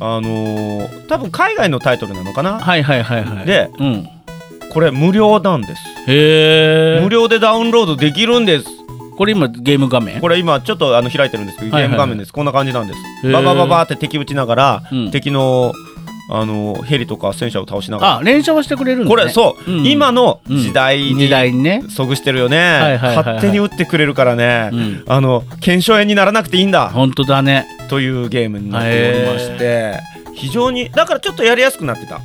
S1: あのー多分海外のタイトルなのかな
S2: はいはいはいはい
S1: で
S2: うん
S1: これ無料なんです
S2: へえ
S1: 無料でダウンロードできるんです
S2: これ今ゲーム画面
S1: これ今ちょっとあの開いてるんですけど
S2: は
S1: ゲー
S2: いはい
S1: ム画面ですこんな感じなんで
S2: へー
S1: すババババーって敵撃ちながら
S2: うん
S1: 敵のあのーヘリとか戦車を倒しなが
S2: あ連射はしてくれる
S1: ら
S2: んだ
S1: こ
S2: ね
S1: れそう
S2: うん
S1: 今の時代
S2: うん
S1: に
S2: 時代にね
S1: そぐしてるよ
S2: はい
S1: ね
S2: はいはいはい
S1: 勝手に撃ってくれるから
S2: う
S1: ね
S2: ん
S1: あの検証炎にならなくていいんだ
S2: 本当だね
S1: というゲームになっておりまして非常にだからちょっとやりやすくなってた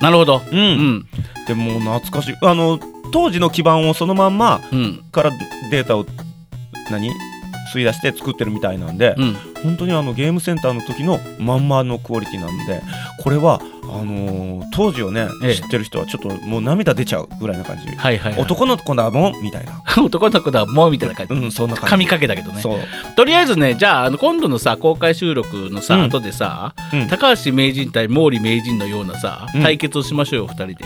S2: なるほど
S1: う
S2: うんん
S1: でもう懐かしいあの当時の基盤をそのまんま
S2: うん
S1: からデータを何吸い出して作ってるみたいなんで、
S2: うん
S1: 本当にあのゲームセンターの時のまんまのクオリティなんでこれはあのー当時をね、
S2: ええ
S1: 知ってる人はちょっともう涙出ちゃうぐらいな感じ、
S2: はいはいはい
S1: 男の子だもんみたいな、
S2: 男の子だもうみたいな感
S1: う
S2: じ
S1: ん、そんな感じ
S2: 神かけだけどね
S1: そう
S2: とりあえずねじゃああの今度のさ公開収録のさ、
S1: うん
S2: 後でさ、
S1: うん
S2: 高橋名人対毛利名人のようなさ、
S1: うん
S2: 対決をしましょうよ二人で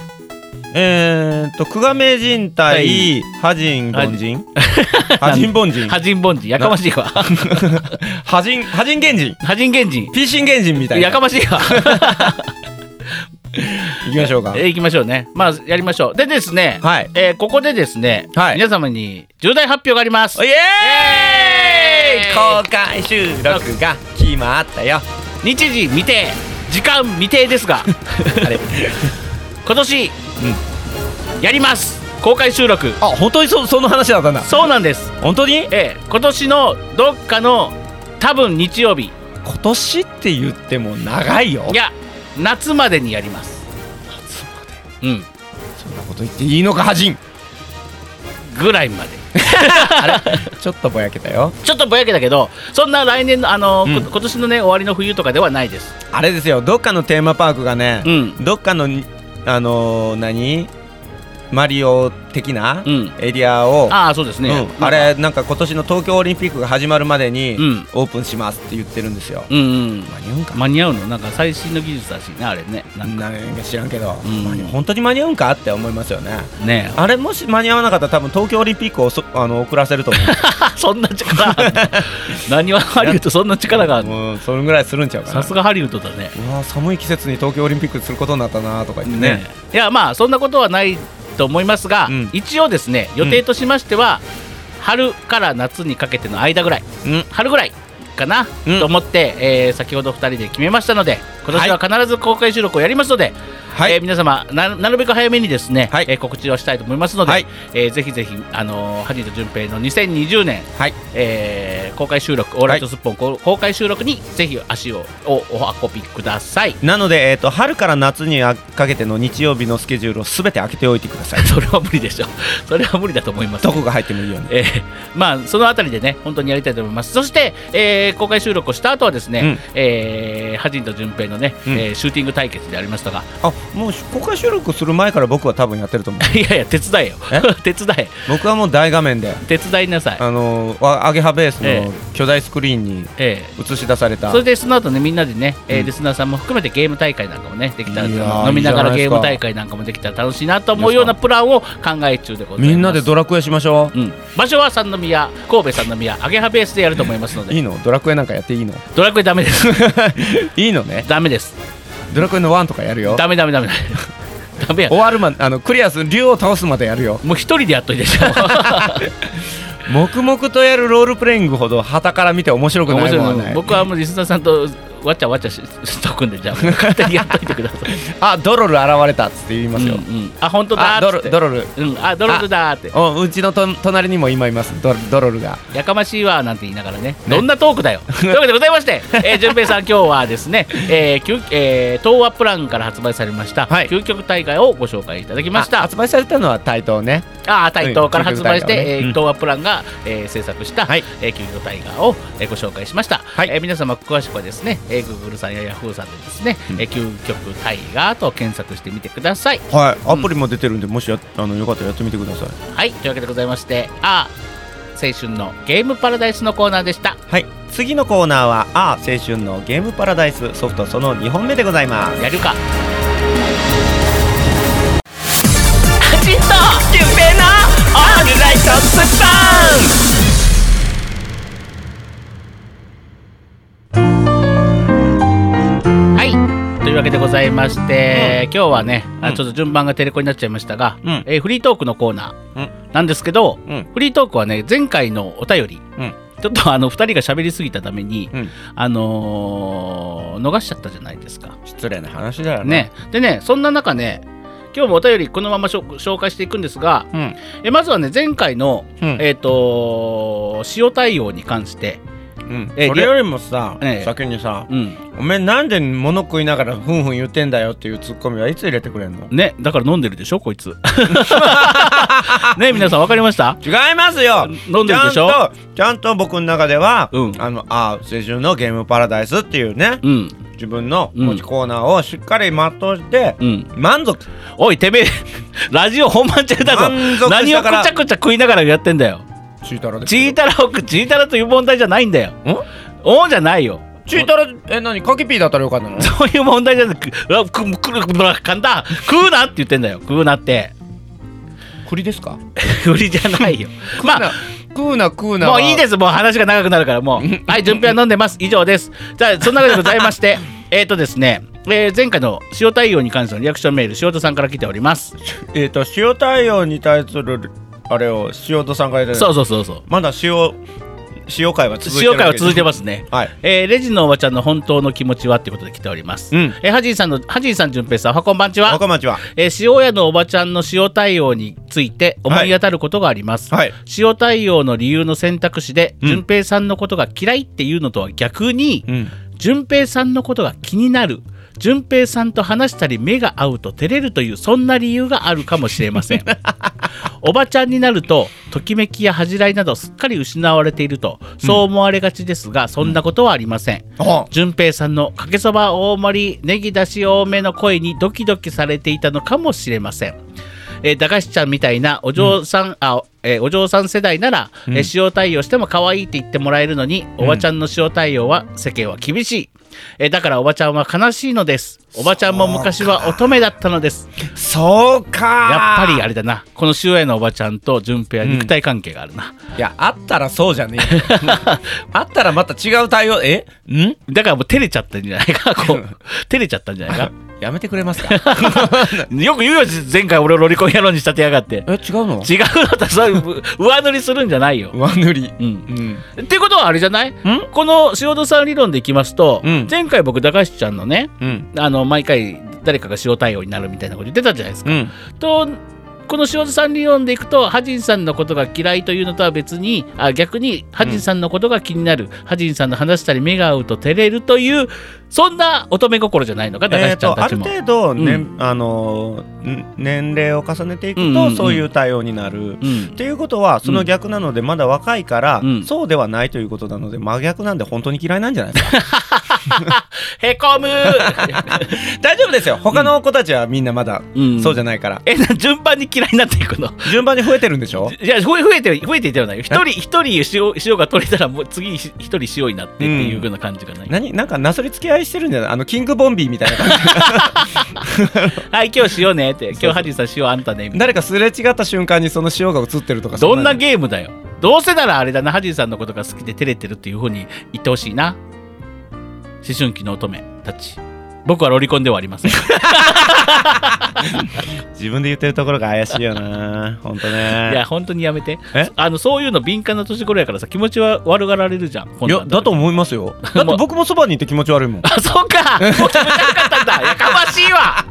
S1: えー、っと久我名人対覇人凡人覇人凡人
S2: 覇人凡人やかましいわ
S1: 覇人覇人源人
S2: 覇人源人
S1: ピーシン源人みたいな
S2: やか
S1: い
S2: ま しいわ
S1: きましょうか
S2: えー行きましょうねまあやりましょうでですね、
S1: はい
S2: えーここでですね、
S1: はい
S2: 皆様に重大発表があります
S1: イエーイ
S2: イエーイ
S1: 公開収録が決まったよ
S2: 日時未定時間未定ですが
S1: あれ
S2: 今年、やります公開収録
S1: あ本当にそその話だったんだ
S2: そうなんです
S1: 本当に
S2: ええ今年のどっかの多分日曜日
S1: 今年って言っても長いよ
S2: いや夏までにやります夏までうん
S1: そんなこと言っていいのか恥人
S2: ぐらいまで
S1: ちょっとぼやけたよ
S2: ちょっとぼやけだけどそんな来年のあの、
S1: うん
S2: こ今年のね終わりの冬とかではないです
S1: あれですよどっかのテーマパークがね、
S2: うん
S1: どっかのにあのー何マリオ的な
S2: うん
S1: エリアを、
S2: ああそうですね、
S1: うんあれなんか今年の東京オリンピックが始まるまでに
S2: うん
S1: オープンしますって言ってるんですよ、
S2: うんうん
S1: 間に合うんか
S2: 間に合うのなんか最新の技術だしねあれねなんか
S1: なんか知らんけど、
S2: うん
S1: 間に本当に間に合うんかって思いますよね
S2: ね
S1: あれもし間に合わなかったら多分東京オリンピックをそ あの遅らせると思
S2: あそんな力あるの何はハリウッドそんな力があ
S1: う
S2: るの
S1: もうそれぐらいするんちゃうかな
S2: さすがハリウッドだね
S1: うわ寒い季節に東京オリンピックすることになったなとか言ってね
S2: いやまあそんなことはないと思いますが、
S1: うん
S2: 一応ですね予定としましては、春から夏にかけての間ぐらい春ぐらいかな、
S1: うん
S2: と思って、えー先ほど2人で決めましたので今年は必ず公開収録をやりますので、
S1: はい
S2: えー皆様ななるべく早めにですね、
S1: はい
S2: えー告知をしたいと思いますので、
S1: はい
S2: えーぜひぜひあのー、ハニーと順平の2020年、
S1: はい
S2: えー公開収録オーライトスッポン、こう公開収録にぜひ足をおお運びください。
S1: なので、えー、と春から夏にかけての日曜日のスケジュールをすべて開けておいてください
S2: それは無理でしょう。それは無理だと思います。
S1: どこが入ってもいいように
S2: えー まあそのあたりでね本当にやりたいと思いますそして、えー公開収録をした後はですね、
S1: うん
S2: えーハジンと順平のね、
S1: うん
S2: えーシューティング対決でありましたが
S1: あもう公開収録する前から僕は多分やってる と思う
S2: いやいや手伝えよ 手伝え
S1: 僕はもう大画面で
S2: 手伝いなさい、
S1: あのーわアゲハベース
S2: え
S1: の巨大スクリーンに
S2: え
S1: 映し出され
S2: ー
S1: た
S2: それでその後ねみんなでね、えー
S1: うん
S2: リスナーさんも含めてゲーム大会なんかもねできたら
S1: いやー
S2: 飲みながら
S1: いいじ
S2: ゲ
S1: ゃないです
S2: ー
S1: か
S2: ム大会なんかもできたら楽しいなと思うようなプランを考え中でございます
S1: みんなでドラクエしましょ
S2: うん、場所は三宮神戸三宮アゲハベースでやると思いますの
S1: うい
S2: で
S1: いのドラクエなんかやっていいの
S2: ドラクエダメです
S1: いいのね
S2: ダメです
S1: ドラクエの1とかやるよ
S2: ダメダメダメダメや
S1: 終わるまあのクリアする竜を倒すまでやるよ
S2: もう一人でやっといてじゃ あ
S1: 黙々とやるロールプレイングほど旗から見て面白く
S2: 面
S1: ないも
S2: 白
S1: ん
S2: い
S1: はな
S2: ない僕はもうリスナーさんとわちゃわちゃし しとくんで じゃあ勝手にやっといてください
S1: あドロル現れたっつって言いますよ、
S2: うんうんあ本当だ
S1: あ
S2: ー
S1: ド
S2: っつっ
S1: ロ
S2: て
S1: ドロル
S2: うんあドロルだーって
S1: おうちのと隣にも今いますドロドロルが
S2: やかましいわーなんて言いながらねどんなトーク だよというわけでございまして、えー、順平さん今日はですね、えーきゅえー東和プランから発売されました、
S1: はい
S2: 究極大会をご紹介いただきまし
S1: あ
S2: た
S1: 発売されたのは台東ね
S2: あータイトーから発売して、
S1: うん
S2: えー
S1: うん
S2: 東和プランが、えー制作した、
S1: はい
S2: えー、キュウリとタイガーを、えーご紹介しました、
S1: はい
S2: えー皆様詳しくはですね、えー、Google さんや Yahoo さんでですね、えー究極タイガーと検索してみてください
S1: はい
S2: うん
S1: アプリも出てるんでもしやあのよかったらやってみてください
S2: はいというわけでございましてあー青春のゲームパラダイスのコーナーでした
S1: はい次のコーナーは「ああ青春のゲームパラダイス」ソフトその2本目でございます
S2: やるかはいというわけでございまして、今日はね、あ
S1: うん
S2: ちょっと順番がテレコになっちゃいましたが、
S1: うん
S2: えーフリートークのコーナ
S1: うん
S2: ーなんですけど、
S1: うん
S2: フリートークはね前回のお便り、
S1: うん
S2: ちょっとあの2人が喋りすぎたために、
S1: うん
S2: あのー逃しちゃったじゃないですか。
S1: 失礼な話だよ
S2: ね、でねそんな中ね今日もお便りこのまま紹紹介していくんですが
S1: うん
S2: えまずはね前回の、
S1: うん
S2: えっ、と塩対応に関して、
S1: うん
S2: え
S1: それよりもさ、
S2: ええ
S1: 先にさ、
S2: うん
S1: お前なんで物食いながらふんふん言ってんだよっていうツッコミはいつ入れてくれんの
S2: ね、だから飲んでるでしょこいつ。ね皆さん分かりました
S1: 違いますよ
S2: 飲んでるでし
S1: ち
S2: ょ
S1: ゃんとちゃんと僕の中では、
S2: うん
S1: あのあ青春のゲームパラダイスっていうね
S2: うん
S1: 自分の持ちコーナーをしっかり全うして、
S2: うん、
S1: 満足
S2: おいてめえラジオ本番中だぞ
S1: 満足したから
S2: 何をくちゃくちゃ食いながらやってんだよ
S1: チータラで
S2: チータラを食うチータラという問題じゃないんだよ
S1: ん
S2: おんじゃないよ
S1: チータラえ何カキピーだったらよかったの
S2: そういう問題じゃなくくらくくるくら噛んだ食うなって言ってんだよ食うなって
S1: 栗ですか
S2: 売りじゃないよまあ
S1: 食うな食うな
S2: もういいですすもう話が長くなるからもうはい順平は飲んでます以上ですじゃあそんなわけでございましてえっとですねえー前回の塩対応に関してのリアクションメール塩田さんから来ております
S1: えっ、と塩対応に対するあれを塩戸さんが言って
S2: そううそうそうそう
S1: まだ塩塩会は続いてる
S2: 塩会は続いてますね
S1: はい
S2: えーレジのおばちゃんの本当の気持ちはってことで来ております、
S1: うん
S2: えーハジーさんのハジーさん順平さんおはこんばんちは
S1: 若町は
S2: えー塩屋のおばちゃんの塩対応について思い当たることがあります、
S1: はい
S2: 塩対応の理由の選択肢で、
S1: うん
S2: 順平さんのことが嫌いっていうのとは逆に、
S1: ん
S2: 順平さんのことが気になる順平さんと話したり目が合うと照れるというそんな理由があるかもしれませ んおばちゃんになるとときめきや恥じらいなどすっかり失われているとそう思われがちですが、そんなことはありません、
S1: あ
S2: 順平さんのかけそば大盛りネギ出し多めの声にドキドキされていたのかもしれません。えー駄菓子ちゃんみたいなお嬢さん、あえーお嬢さん世代なら、えー塩対応しても可愛いって言ってもらえるのに、おばちゃんの塩対応は世間は厳しい、えーだからおばちゃんは悲しいのですおばちゃんも昔は乙女だったのです
S1: そうか
S2: やっぱりあれだなこの塩屋のおばちゃんと順平は肉体関係があるな、
S1: いやあったらそうじゃね えよあったらまた違う対応えん
S2: だからもう照れちゃったんじゃないかこ う照れちゃったんじゃないか
S1: やめてくれますか
S2: よく言うよ前回俺をロリコン野郎に仕立てやがって
S1: え違うの
S2: 違うのとそういうぶ上塗りするんじゃないよ。
S1: 上塗り
S2: う、
S1: うんん
S2: ってことはあれじゃないこの塩戸さん理論でいきますと、
S1: うん
S2: 前回僕駄菓子ちゃんのね
S1: うん
S2: あの毎回誰かが塩対応になるみたいなこと言ってたじゃないですか。
S1: うん
S2: とこの塩津さん理論でいくとハジンさんのことが嫌いというのとは別にあ逆にハジンさんのことが気になる、ハジンさんの話したり目が合うと照れるというそんな乙女心じゃないのか高
S1: え
S2: 橋
S1: ー
S2: ちゃん
S1: とあ
S2: たち
S1: る
S2: も。
S1: 程度、ね
S2: うん
S1: あのん年齢を重ねていくと、
S2: うんうんうん
S1: そういう対応になる。
S2: うん
S1: っていうことはその逆なのでまだ若いから、
S2: うん
S1: そうではないということなので真逆なんで本当に嫌いなんじゃない ですか
S2: へこむ
S1: 大丈夫ですよ他の子たちはみんなまだ、
S2: う ん
S1: そうじゃないから
S2: えな順番に嫌いになっていくの
S1: 順番に増えてるんでしょ
S2: いや増え増えて増えていってはないよ一人一人塩塩が取れたらもう次ひ一人塩になってっていうような感じがない、
S1: 何なんかなそり付き合いしてるんじゃないあのキングボンビーみたいな 感
S2: はい今日塩ねって今日ハジンさん塩あんたねみた
S1: じ
S2: いな
S1: 誰かすれ違った瞬間にその塩が映ってるとかそ
S2: どんな
S1: の
S2: ゲームだよどうせならあれだなハジンさんのことが好きで照れてるっていう風に言ってほしいな思春期の乙女たち僕はロリコンではあり ませんい
S1: 自分で言ってるところが怪しいよな 本当ね
S2: や本当にやめて
S1: え
S2: あのそういうの敏感な年頃やからさ気持ちは悪がられるじゃん
S1: いやだと思います よだって僕もそばにいて気持ち悪いもん
S2: あそ うかもう気持ち悪かったんだやかましいわ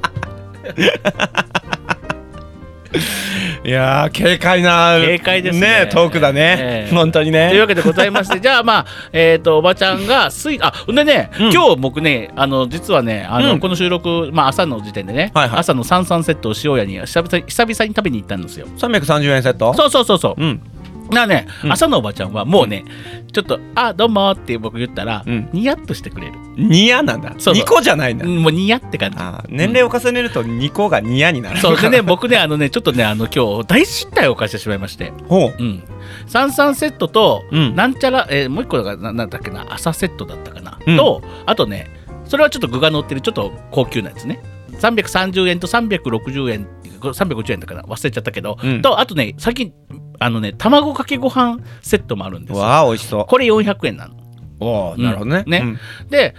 S1: いやー軽快な
S2: 軽快ですね
S1: えトークだね、
S2: ええ
S1: 本当に
S2: というわ
S1: ね
S2: けでございまし てじゃあまあえっ、とおばちゃんがスイあほんでね、
S1: うん
S2: 今日僕ねあの実はねあの、
S1: うん
S2: この収録、まあ、朝の時点でね、
S1: はいはい
S2: 朝の三三セットを塩屋に久々に久々に食べに行ったんですよ
S1: 330円セット
S2: そうそうそうそう
S1: うん
S2: なね、
S1: うん
S2: 朝のおばちゃんはもうねちょっと「あどうも」って僕言ったら、
S1: うん
S2: ニヤッとしてくれる
S1: ニヤなんだ
S2: そうそう
S1: 2個じゃないんだ、
S2: もうニヤって感じ
S1: あー年齢を重ねると2個がニヤになる
S2: そうでね僕ねあのねちょっとねあの今日大失態を犯してしまいまして
S1: ほう
S2: うん三三セットと、
S1: うん
S2: なんちゃら、えーもう一個がななんだっけな朝セットだったかな、
S1: うん
S2: とあとねそれはちょっと具が乗ってるちょっと高級なやつね330円と360円350円だから忘れちゃったけど、
S1: うん
S2: とあとね最近あのね卵かけご飯セットもあるんですよ
S1: わあ美味しそう
S2: これ400円なの
S1: おおなるほどね,、
S2: うんね
S1: うん
S2: で、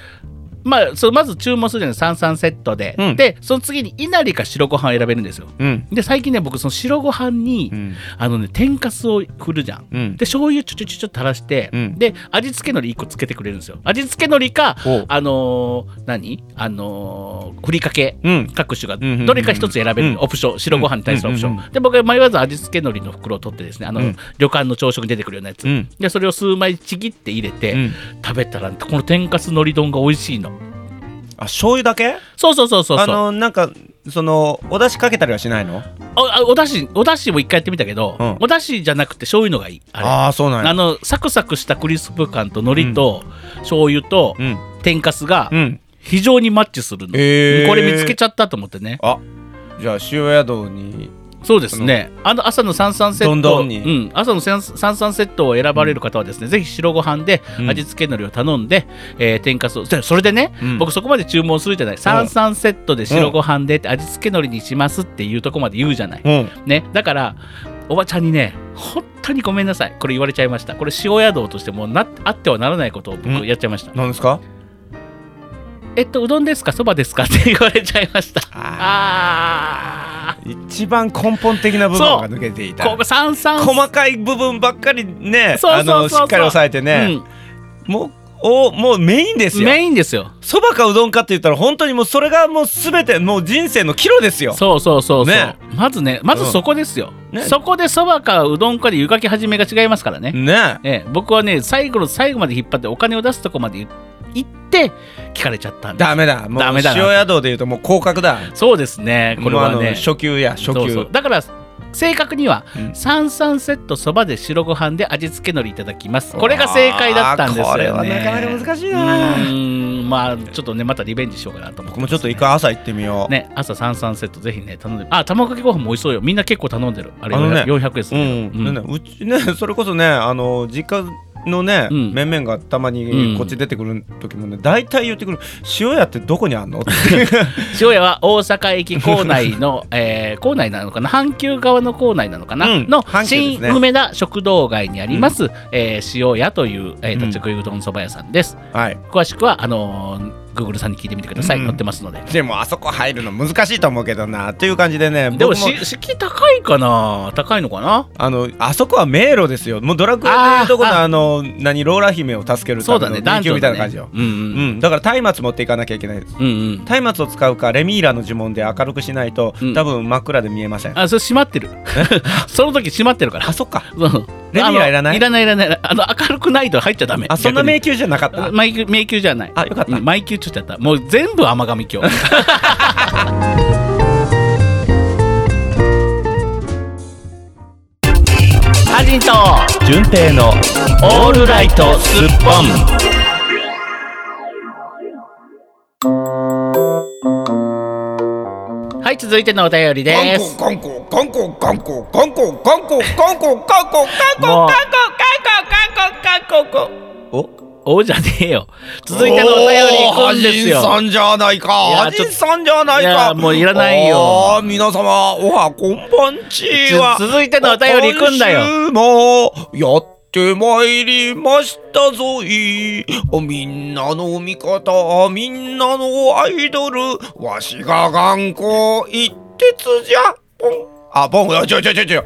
S2: まあ、そのまず注文するじゃない三三セットで、
S1: うん
S2: でその次にいなりか白ご飯を選べるんですよ
S1: うん
S2: で最近ね僕その白ご飯に、
S1: うん
S2: あのね天かすを振るじゃん、
S1: うん
S2: で醤油ちょちょちょちょっと垂らして、
S1: うん
S2: で味付け海苔1個つけてくれるんですよ味付け海苔か
S1: おう
S2: あのー何あのーふりかけ
S1: うん
S2: 各種が
S1: んうんうん
S2: どれか一つ選べ
S1: うん
S2: るオプション白ご飯に対するオプション、
S1: うんうん
S2: で僕は迷わず味付け海苔の袋を取ってですねあの、
S1: うん
S2: 旅館の朝食に出てくるようなやつ、
S1: うん
S2: でそれを数枚ちぎって入れて、
S1: うん
S2: 食べたらこの天かす海苔丼が美味しいの
S1: あ醤油だけ
S2: そうそうそうそうそ
S1: あ
S2: う
S1: のなんかそのお出汁かけたりはしないの
S2: おあおだしおだしも一回やってみたけど、
S1: うん
S2: おだしじゃなくて醤油のがいいあれ
S1: ああーそうなんや
S2: あのサクサクしたクリスプ感と海苔と醤油と
S1: うん
S2: 天かすが
S1: うん
S2: 非常にマッチするの、
S1: へー
S2: これ見つけちゃったと思ってね
S1: あじゃあ塩宿に
S2: そうですねあの朝の三三セット
S1: どんどんに
S2: うん、朝の三三セットを選ばれる方はですね、ぜひ白ご飯で味付け海苔を頼んで、えー天かすをでそれでね、
S1: うん
S2: 僕そこまで注文するじゃない三三セットで白ご飯でって味付け海苔にしますっていうとこまで言うじゃない、
S1: うん
S2: ね、だからおばちゃんにね本当にごめんなさいこれ言われちゃいましたこれ塩宿としてもうなあってはならないことを
S1: うん
S2: 僕やっちゃいました、
S1: なんですか
S2: えっとうどんですかそばですかって言われちゃいましたあ
S1: 一番根本的な部分が抜けてい
S2: ー
S1: た
S2: こう三三
S1: 細かい部分ばっかりね
S2: そうそうそうそう
S1: あのしっかり押さえてね、もうおもうメインで
S2: う
S1: す
S2: ん、
S1: よ
S2: メインですよ
S1: そばかうどんかって言ったら本当にもうそれがもう全てもう人生の岐路ですよ
S2: そうそうそうそう、
S1: ね
S2: まずねまずそこですよ、
S1: うんね
S2: そこでそばかうどんかで湯かき始めが違いますからね、
S1: ね
S2: ええ、僕はね最後の最後まで引っ張ってお金を出すとこまで行って聞かれちゃったんです
S1: ダメだもう
S2: ダメだな
S1: 塩宿で言うともう降格だ
S2: そうですねこれ
S1: も
S2: は
S1: うあの
S2: ね
S1: 初級や初級
S2: そうそうだから正確には
S1: うん
S2: 三三セットそばで白ご飯で味付け海苔いただきますこれが正解だったんですよね
S1: あーこれはなかなか難しいな
S2: うーんまあちょっとねまたリベンジしようかなと思っ
S1: 僕
S2: て
S1: もちょっと一回朝行ってみよう、
S2: ね朝三三セットぜひね頼んであ卵かけご飯も美味しそうよみんな結構頼んでるあれ
S1: あのね
S2: 400円です
S1: う
S2: ね
S1: ん、
S2: うん
S1: ねうちね それこそねあの実家のね、
S2: うん
S1: 面々がたま
S2: う
S1: に
S2: ん
S1: こっち出てくる時もね大体言ってくる「塩屋ってどこにあんの?」って
S2: 塩屋は大阪駅構内 の、えー構内なのかな阪急側の構内なのかな、
S1: うん
S2: の
S1: 阪急です
S2: 新
S1: ね
S2: 梅田食堂街にあります、えー塩屋という、えー立ち食いうどんそば屋さんです、
S1: はい
S2: 詳しくはあのー Google さんに聞いてみてください、
S1: うん
S2: 載ってますので
S1: でもあそこ入るの難しいと思うけどなという感じでね
S2: でも
S1: 僕
S2: し敷居高いかな高いのかな
S1: あのあそこは迷路ですよもうドラクエでいうとこの
S2: あ
S1: あ
S2: ー
S1: の何ローラ姫を助ける
S2: そ
S1: た
S2: うだ
S1: めの
S2: ね
S1: 迷
S2: 男
S1: 宮
S2: 女
S1: みたいな感じよ、
S2: うん
S1: う
S2: うん
S1: ん、だから松明持っていかなきゃいけないです
S2: うんうん
S1: 松明を使うかレミーラの呪文で明るくしないと、
S2: うん
S1: 多分真っ暗で見えませんあ
S2: あそれ閉ま ってるその時閉まってるから
S1: そっか
S2: そう
S1: レミーラいらない
S2: あのいらないいらないあの明るくないと入っちゃダメ
S1: あそんな
S2: 逆に
S1: 迷宮じゃなかった
S2: 迷宮迷宮じゃない
S1: あよかった
S2: うん迷宮ちょっとやったもう全部甘神 教ハジンと
S1: 順平の
S2: オールライトスッポンはい続いてのお便りです
S1: コンココンココンココンココンココンココンココンココンコ
S2: もう
S1: お
S2: おじゃねえよ続いてのお便り行くんですよ
S1: おーハジンさんじゃないか
S2: いや
S1: ハジンさんじゃない
S2: ちょっとい
S1: か
S2: やもういらないよ
S1: あー皆様おはこんばんちは
S2: つ続いてのお便り行くんだよ
S1: 今週もやってまいりましたぞいおみんなの味方みんなのアイドルわしが頑固一徹じゃポンあポンあちょちょちょちょ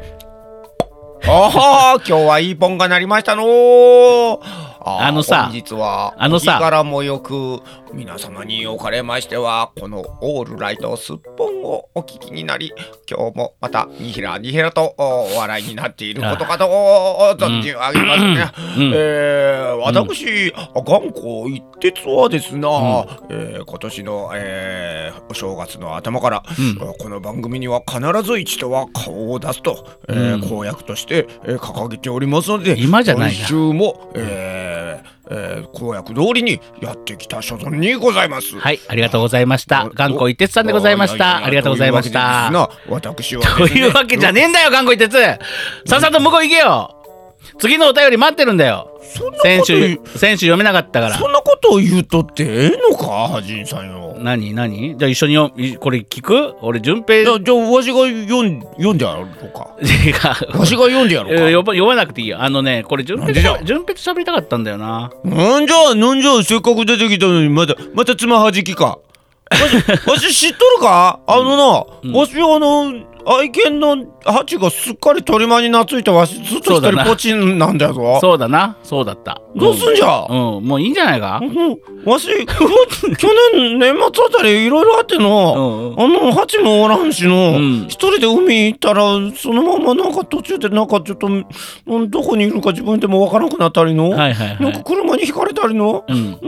S1: ああ今日はいいポンがなりましたのーあー
S2: あのさ
S1: 本日は
S2: あのさ
S1: お日柄もよく皆様におかれましてはこのオールライトすっぽんをお聞きになり今日もまたにひらにひらとおお笑いになっていることかとお存じ上げますね、
S2: うん
S1: えー私、頑固一徹はですな、えー今年の、えーお正月の頭から、
S2: うん
S1: この番組には必ず一度は顔を出すと、えー
S2: うん
S1: 公約として、えー掲げておりますので
S2: 今じゃないな
S1: 今週も、えーえー公約通りにやってきた所存にございます。
S2: はい、ありがとうございました。頑固一徹さんでございまし
S1: やや
S2: た。
S1: や
S2: ありがとうございました。
S1: というわけでですな私は
S2: というわけじゃねえんだよ、頑固一徹さっさと向こう行けよ次のお便り待ってるんだよ
S1: そんなこと
S2: 先週、先週読めなかったから
S1: そ。んなことを言うとってええのかハジンさんよ。
S2: 何何じゃあ一緒によいこれ聞く俺、順
S1: じゃ
S2: 平。
S1: あじゃあわしが読ん読んでやろうか。
S2: 違
S1: わしが読んでやろうか。
S2: う。呼ば呼ばなくていいよ。あのね、これ順
S1: なんで
S2: 平
S1: じ
S2: と
S1: ゃ
S2: 順平と喋りたかったんだよな。
S1: なんじゃなんじゃせっかく出てきたのにまたまたつまはじきか。わ しわし知っとるかあのな、
S2: うん
S1: わしあの愛犬のハチがすっかり鳥間に懐いてわしずっと
S2: そう
S1: 一
S2: だな
S1: 人ぽちなんだぞ。
S2: そうだな、そうだった。
S1: どうすんじゃ、
S2: うん、うんもういいんじゃないか
S1: うんわし去年年末あたりいろいろあっての。
S2: うん
S1: あのハチもおらんしの、
S2: うん
S1: 一人で海行ったらそのままなんか途中でなんかちょっとうんどこにいるか自分でもわからなくなったりの、
S2: はいはいは
S1: なんか
S2: い。
S1: 車にひかれたりの、
S2: うん。
S1: なん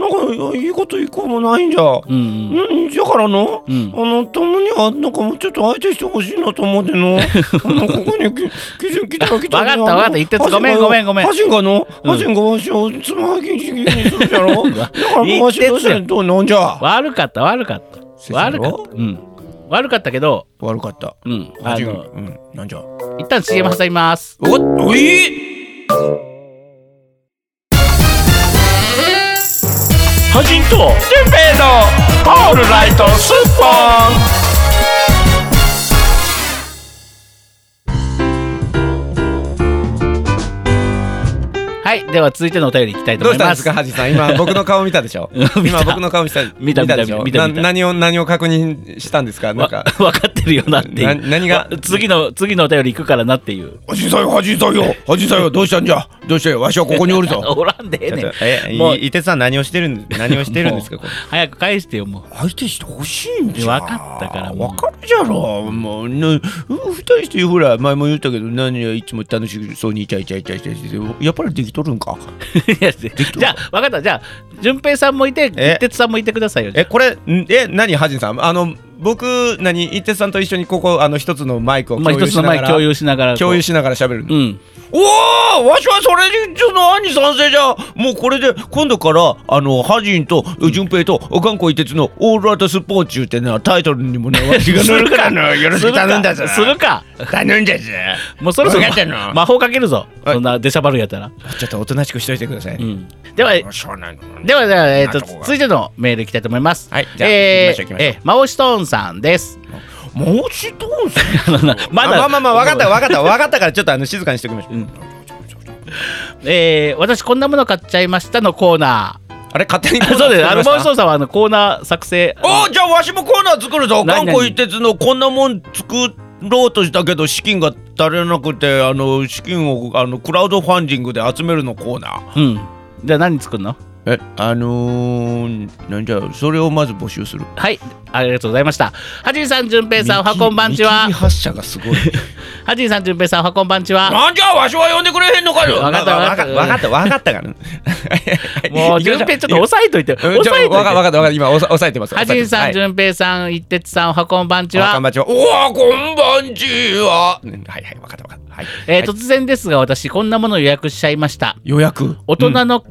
S1: かいいこといこうもないんじゃ。
S2: うんうん。
S1: うん、だからの、
S2: うん
S1: あの、たまには、なんかもうちょっと相手してほしいなと思って の、あの、ここにき、きじゅ来たら来た
S2: わかったわかった言ってたごめんごめんごめん
S1: ハジンがの、
S2: うん
S1: ハジンがわしをつまはぎにするじゃろ だからもうわし
S2: 言
S1: ど
S2: っ
S1: うし
S2: て
S1: たてどうなんじゃ
S2: 悪かった悪かった
S1: 先生
S2: 悪
S1: の
S2: かった、うん、悪かったけど、
S1: 悪かった。
S2: うん、
S1: ハ
S2: あ
S1: ジン、
S2: の
S1: うん、なんじゃお、
S2: 一旦 CM 挟みます
S1: おい
S2: ハジンとジュンペイのオールライトスッポンはいでは続いてのお便りいきたいと
S1: どうし
S2: 思い
S1: たん
S2: ま
S1: ですすか、ハジンさん。今、僕の顔見たでしょ
S2: 見
S1: 今、
S2: た
S1: 僕の顔見た、
S2: 見た見た
S1: でしょ
S2: 見た
S1: な
S2: 見た
S1: 何を、何を確認したんですかなん
S2: わ
S1: か。
S2: 分かってるよなっていう
S1: な何が
S2: わ次の次のお便り行くからなっていう
S1: ハジンさんよ、ハジンさんよ、ハジンさんよ、どうしたんじゃどうしてわしはここにおるぞ。
S2: おらんでええねん
S1: え、
S2: もう
S1: い、伊哲さん何をしてるん、何をしてるんですか、
S2: も
S1: これ
S2: う。早く返してよ もう
S1: 相手してほしいんじゃ
S2: わかったからもう
S1: わかるじゃろもうねうん二人してほら前も言ったけど何やいつも楽しそうにイチャイチャイチャイチャしてやっぱりできとるんか
S2: いやじゃあ分かったじゃあ順平さんもいて
S1: え
S2: 一徹さんもいてくださいよ
S1: えこれんえ何ハジンさんあの僕何伊哲さんと一緒にここあの一つのマイクを
S2: ま
S1: 共
S2: あ、
S1: 有
S2: 一つ
S1: しな
S2: の
S1: が
S2: 前
S1: ら
S2: 共有しながらこう
S1: 共有しながら喋るの
S2: うん
S1: おおわしはそれにちょっと兄賛成じゃもうこれで今度からあのハジンと順平と頑固一徹のオールアウトスポーチューってなタイトルにもね私が乗るからのよろしく頼んだぞ
S2: するか
S1: 頼んだぞ
S2: もうそろそろ
S1: わかったの
S2: 魔法かけるぞ
S1: はい
S2: そんな出しゃばるやったら、
S1: ちょっとおとなしくしといてください、
S2: うん、では
S1: そうなの
S2: ではでは、えー、と
S1: なんとこが
S2: 続いてのメールいきたいと思います
S1: はいじゃあ
S2: え
S1: 行きましょう行きましょう
S2: えーマオシトーンさんです
S1: もう一度
S2: あのな まだ
S1: まあまあまあわかったわかったわかったからちょっとあの静かにしておきましょう、
S2: うんえー私こんなもの買っちゃいましたのコーナー
S3: あれ勝手にコーナー
S2: そうです。
S3: 作
S2: あの、
S3: りました
S2: ボイス操作は、あの、コーナー作成。
S1: おーじゃあわしもコーナー作るぞ
S2: 何
S1: 韓
S2: 何
S1: 国一徹のこんなもん作ろうとしたけど資金が足りなくてあの資金をあのクラウドファンディングで集めるのコーナー
S2: うん。じゃあ何作るの
S1: えあのー、なんじゃそれをまず募集する
S2: はい。ありがとうございました。はじいさん、じゅんぺいさん、おはこんばんちは
S1: 見切り。発射がす ごい
S2: はじいさん、じゅんぺいさん、おはこんばんちは。
S1: なんじゃわしは呼んでくれへんのかよ
S2: わかったわかった
S3: わかったわかった から
S2: もう、じゅんぺいちょっと押さえといて。
S3: うん
S2: 押
S3: ちょ
S2: さえといて。
S3: わかわかったわかった今押さ押さえてます
S2: はじいさん、じ
S3: ん
S2: ゅんぺいさん、いってつさん、おはこんばんちは
S3: こん。ばんちは
S1: おわこんばんちは
S3: うんはいはいわかったわかったはい
S2: えー
S3: はい
S2: 突然ですが、私、こんなものを予約しちゃいました。
S1: 予約
S2: 大人の、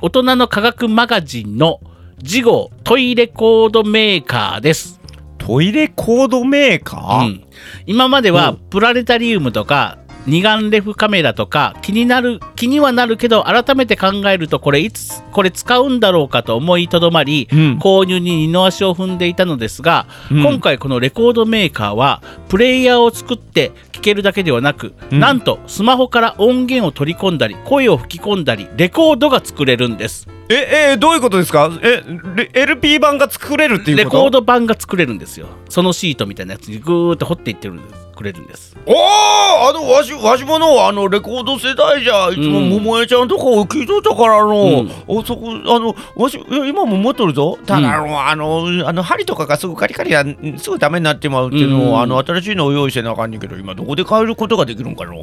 S2: 大人の科学マガジンの、次号トイレコードメーカーです。
S3: トイレコードメーカ
S2: う
S3: ー
S2: ん今まではプラネタリウムとか二眼レフカメラとか気になる気にはなるけど改めて考えるとこれいつこれ使うんだろうかと思いとどまり、
S3: うん
S2: 購入に二の足を踏んでいたのですが、
S3: うん
S2: 今回このレコードメーカーはプレイヤーを作って聴けるだけではなく、
S3: うん
S2: なんとスマホから音源を取り込んだり声を吹き込んだりレコードが作れるんです
S3: ええどういうことですかえレ LP 版が作れるってい
S2: レ
S3: うこ
S2: コー
S3: と
S2: ド版が作れるんですよそのシートみたいなやつにグーッと掘っていってるんですくれるんです
S1: おーあのわしわしものあのレコード世代じゃいつも
S2: うん
S1: 桃江ちゃんとかを聞いとったからの、
S2: うん
S1: おそこあのわしいや今も持っとるぞただあの、あのあの針とかがすぐカリカリやんすぐダメになってまうっていうのを、
S2: うん
S1: あの新しいのを用意してなあかんねんけど今どこで買えることができるんかの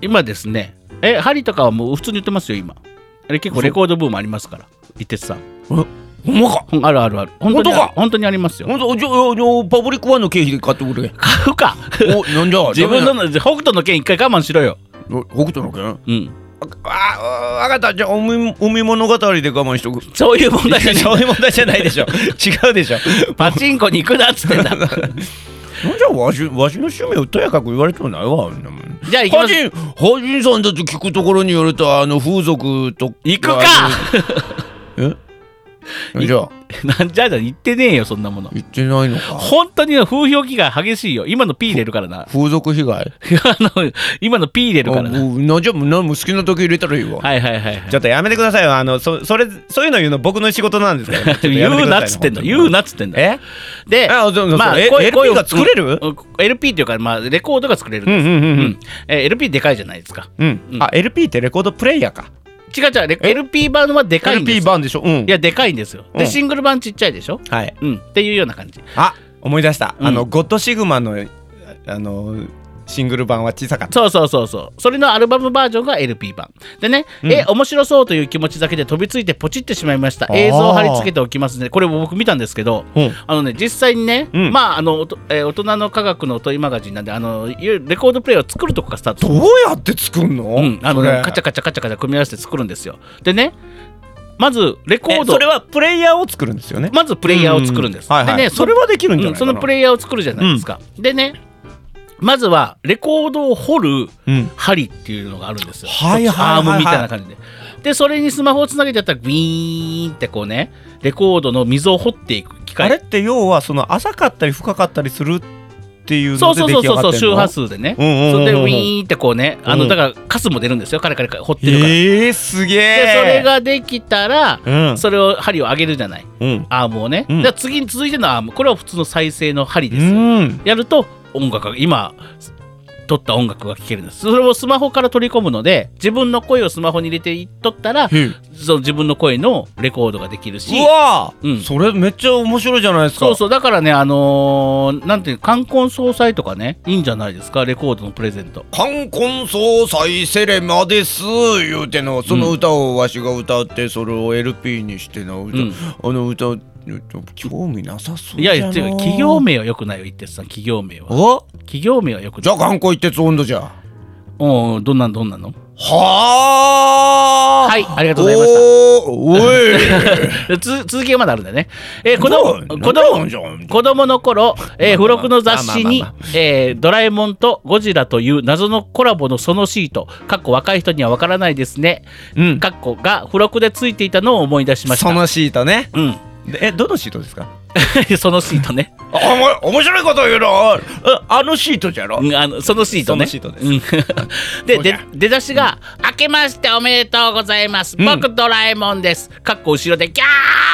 S2: 今ですねえ針とかはもう普通に売ってますよ今あれ結構レコードブームありますから一徹さん
S1: ほんまか
S2: ほんあるあるある本当に
S1: 本当か
S2: 本当にありますよ
S1: ほんとじゃああのパブリックワンの経費で買って くれ
S2: 買うか
S1: おなんじゃ
S2: 自分
S1: ダ
S2: の
S1: メ
S2: の北斗の剣一回我慢しろよ
S1: なお北斗の件
S2: うん
S1: ああわかったじゃあ海海物語で我慢しとく
S2: そういう問題じゃない
S3: そういう問題じゃないでしょ違うでしょ
S2: パチンコに行くなっつ ってんだ
S1: なんじゃわしわしの趣味をとやかく言われてもないわあんなもん
S2: じゃあ行き
S1: ハ
S2: ま
S1: ジ
S2: す
S1: ンハジンさんだと聞くところによるとあの風俗と
S2: 行くか
S1: あのじゃあ
S2: なんじゃあじゃあ言ってねえよそんなもの
S1: 行ってないのか
S2: 本当に風評被害激しいよ今の P 入れるからな あ
S1: 風俗被害
S2: の今の P 入れる
S1: あ
S2: からな
S1: もうなんじゃもうなんも好きな時入れたらいいわ
S2: はいはいはいはい
S3: ちょっとやめてくださいよあのそそれそういうの言うの僕の仕事なんですからちょとやめ
S2: 言う
S3: くだ
S2: な
S3: さ
S2: っ
S3: い
S2: つってんの
S3: 本当に
S2: 言うなっつってんの
S3: え
S2: で
S3: あそうそうそう
S2: まあ
S3: え
S2: 声
S3: LP
S2: 声を
S3: が作れる
S2: うん LP っていうかまあレコードが作れるん
S3: うん
S2: です
S3: うんうんうん
S2: えー LP でかいじゃないですか。
S3: うんあ LP ってレコードプレイヤーか
S2: 違う違う、レ LP 版はでかいんです
S1: LP
S2: よ。
S1: 版でしょうん
S2: いや、でかいんですよ。
S3: う
S2: で、
S3: ん
S2: シングル版ちっちゃいでしょ
S3: はい
S2: うん。っていうような感じ。
S3: あ思い出した、
S2: うん
S3: あのゴッドシグマのあのシングル版は小さかった
S2: そうそうそうそう。それのアルバムバージョンが LP 版。でね、え、面白そうという気持ちだけで飛びついてポチってしまいました。
S3: あー
S2: 映像を貼り付けておきますね。これ僕見たんですけど、
S3: うん
S2: あのね、実際にね、
S3: うん
S2: まあ、あの、おとえー大人の科学のおとりマガジンなんで、あの、いわゆるレコードプレイヤーを作るとこがスタートす
S3: ど
S2: る
S3: うやって作んの、
S2: うん、あのね、カチャ
S3: ャ
S2: カチャカチャカチャ組み合わせて作るんですよ。でね、まずレコード
S3: それはプレイヤーを作るんですよね、
S2: まずプレイヤーを作るんです。
S3: はいはい
S2: でね、
S3: それはできるんじゃないか
S2: そ
S3: な
S2: のプレイヤーを作るじゃないですか。でね、まずはレコードを掘る
S3: うん
S2: 針っていうのがあるんですよ。
S3: はいはいはいはい
S2: アームみたいな感じで。で、それにスマホをつなげてやったら、ビーンってこうね、レコードの溝を掘っていく機
S3: あれ
S2: 械。
S3: って要はその浅かったり深かったりするっていう
S2: そ
S3: の
S2: う
S3: で
S2: そう
S3: 出来
S2: そうそ
S3: 上が
S2: う
S3: ってんの
S2: 周波数でね。
S3: うんうんうんうん
S2: それでウィーンってこうね、あ
S3: う
S2: の
S3: ん
S2: だからカスも出るんですよ、カラカラカラ掘ってるから。
S3: えー、すげ
S2: で、それ
S3: え
S2: ができたら、
S3: うん
S2: それを針を上げるじゃない、
S3: うん
S2: アームをね。
S3: うん
S2: じゃあ次に続いてのアーム、これは普通の再生の針ですよ。
S3: うん
S2: やると音楽が今撮った音楽が聴けるんですそれをスマホから取り込むので自分の声をスマホに入れていっとったらその自分の声のレコードができるし
S3: うわー、
S2: うん
S3: それめっちゃ面白いじゃないですか
S2: そうそうだからねあのーなんていう冠婚葬祭とかねいいんじゃないですかレコードのプレゼント
S1: 冠婚葬祭セレマです言うてのその歌をわしが歌ってそれを LP にしての歌、
S2: う
S1: あ
S2: ん
S1: の歌興味なさそう
S2: い
S1: じゃ
S2: や
S1: ない
S2: や違う企業名はよくないよ一徹さん企業名は
S1: お
S2: 企業名はよく
S1: じ
S2: な
S1: ゃ
S2: い
S1: あ頑固一徹温度じゃは
S2: うんどんなんどんなの
S1: あ
S2: はいありがとうございました
S1: おーおい
S2: つ続きがまだあるんだね。えー、子
S1: どう
S2: 供子
S1: なんじゃん
S2: 供子供の頃、えー付録の雑誌に
S3: まあまあ、
S2: えードラえもんとゴジラという謎のコラボのそのシート、かっこ若い人にはわからないですね、
S3: うん
S2: かっこが付録でつい ていたのを思い出しました。
S3: そのシートね
S2: うん、
S3: でえどのシートですか
S2: そのシートね。
S3: あ
S1: おも面白いこと言うのえあのシートじゃろ
S2: うんあのそのシート
S5: その
S2: ね。
S5: シートです
S2: うんでで出だしが「明けましておめでとうございます僕ドラえもんです」かっこ後ろで「ギ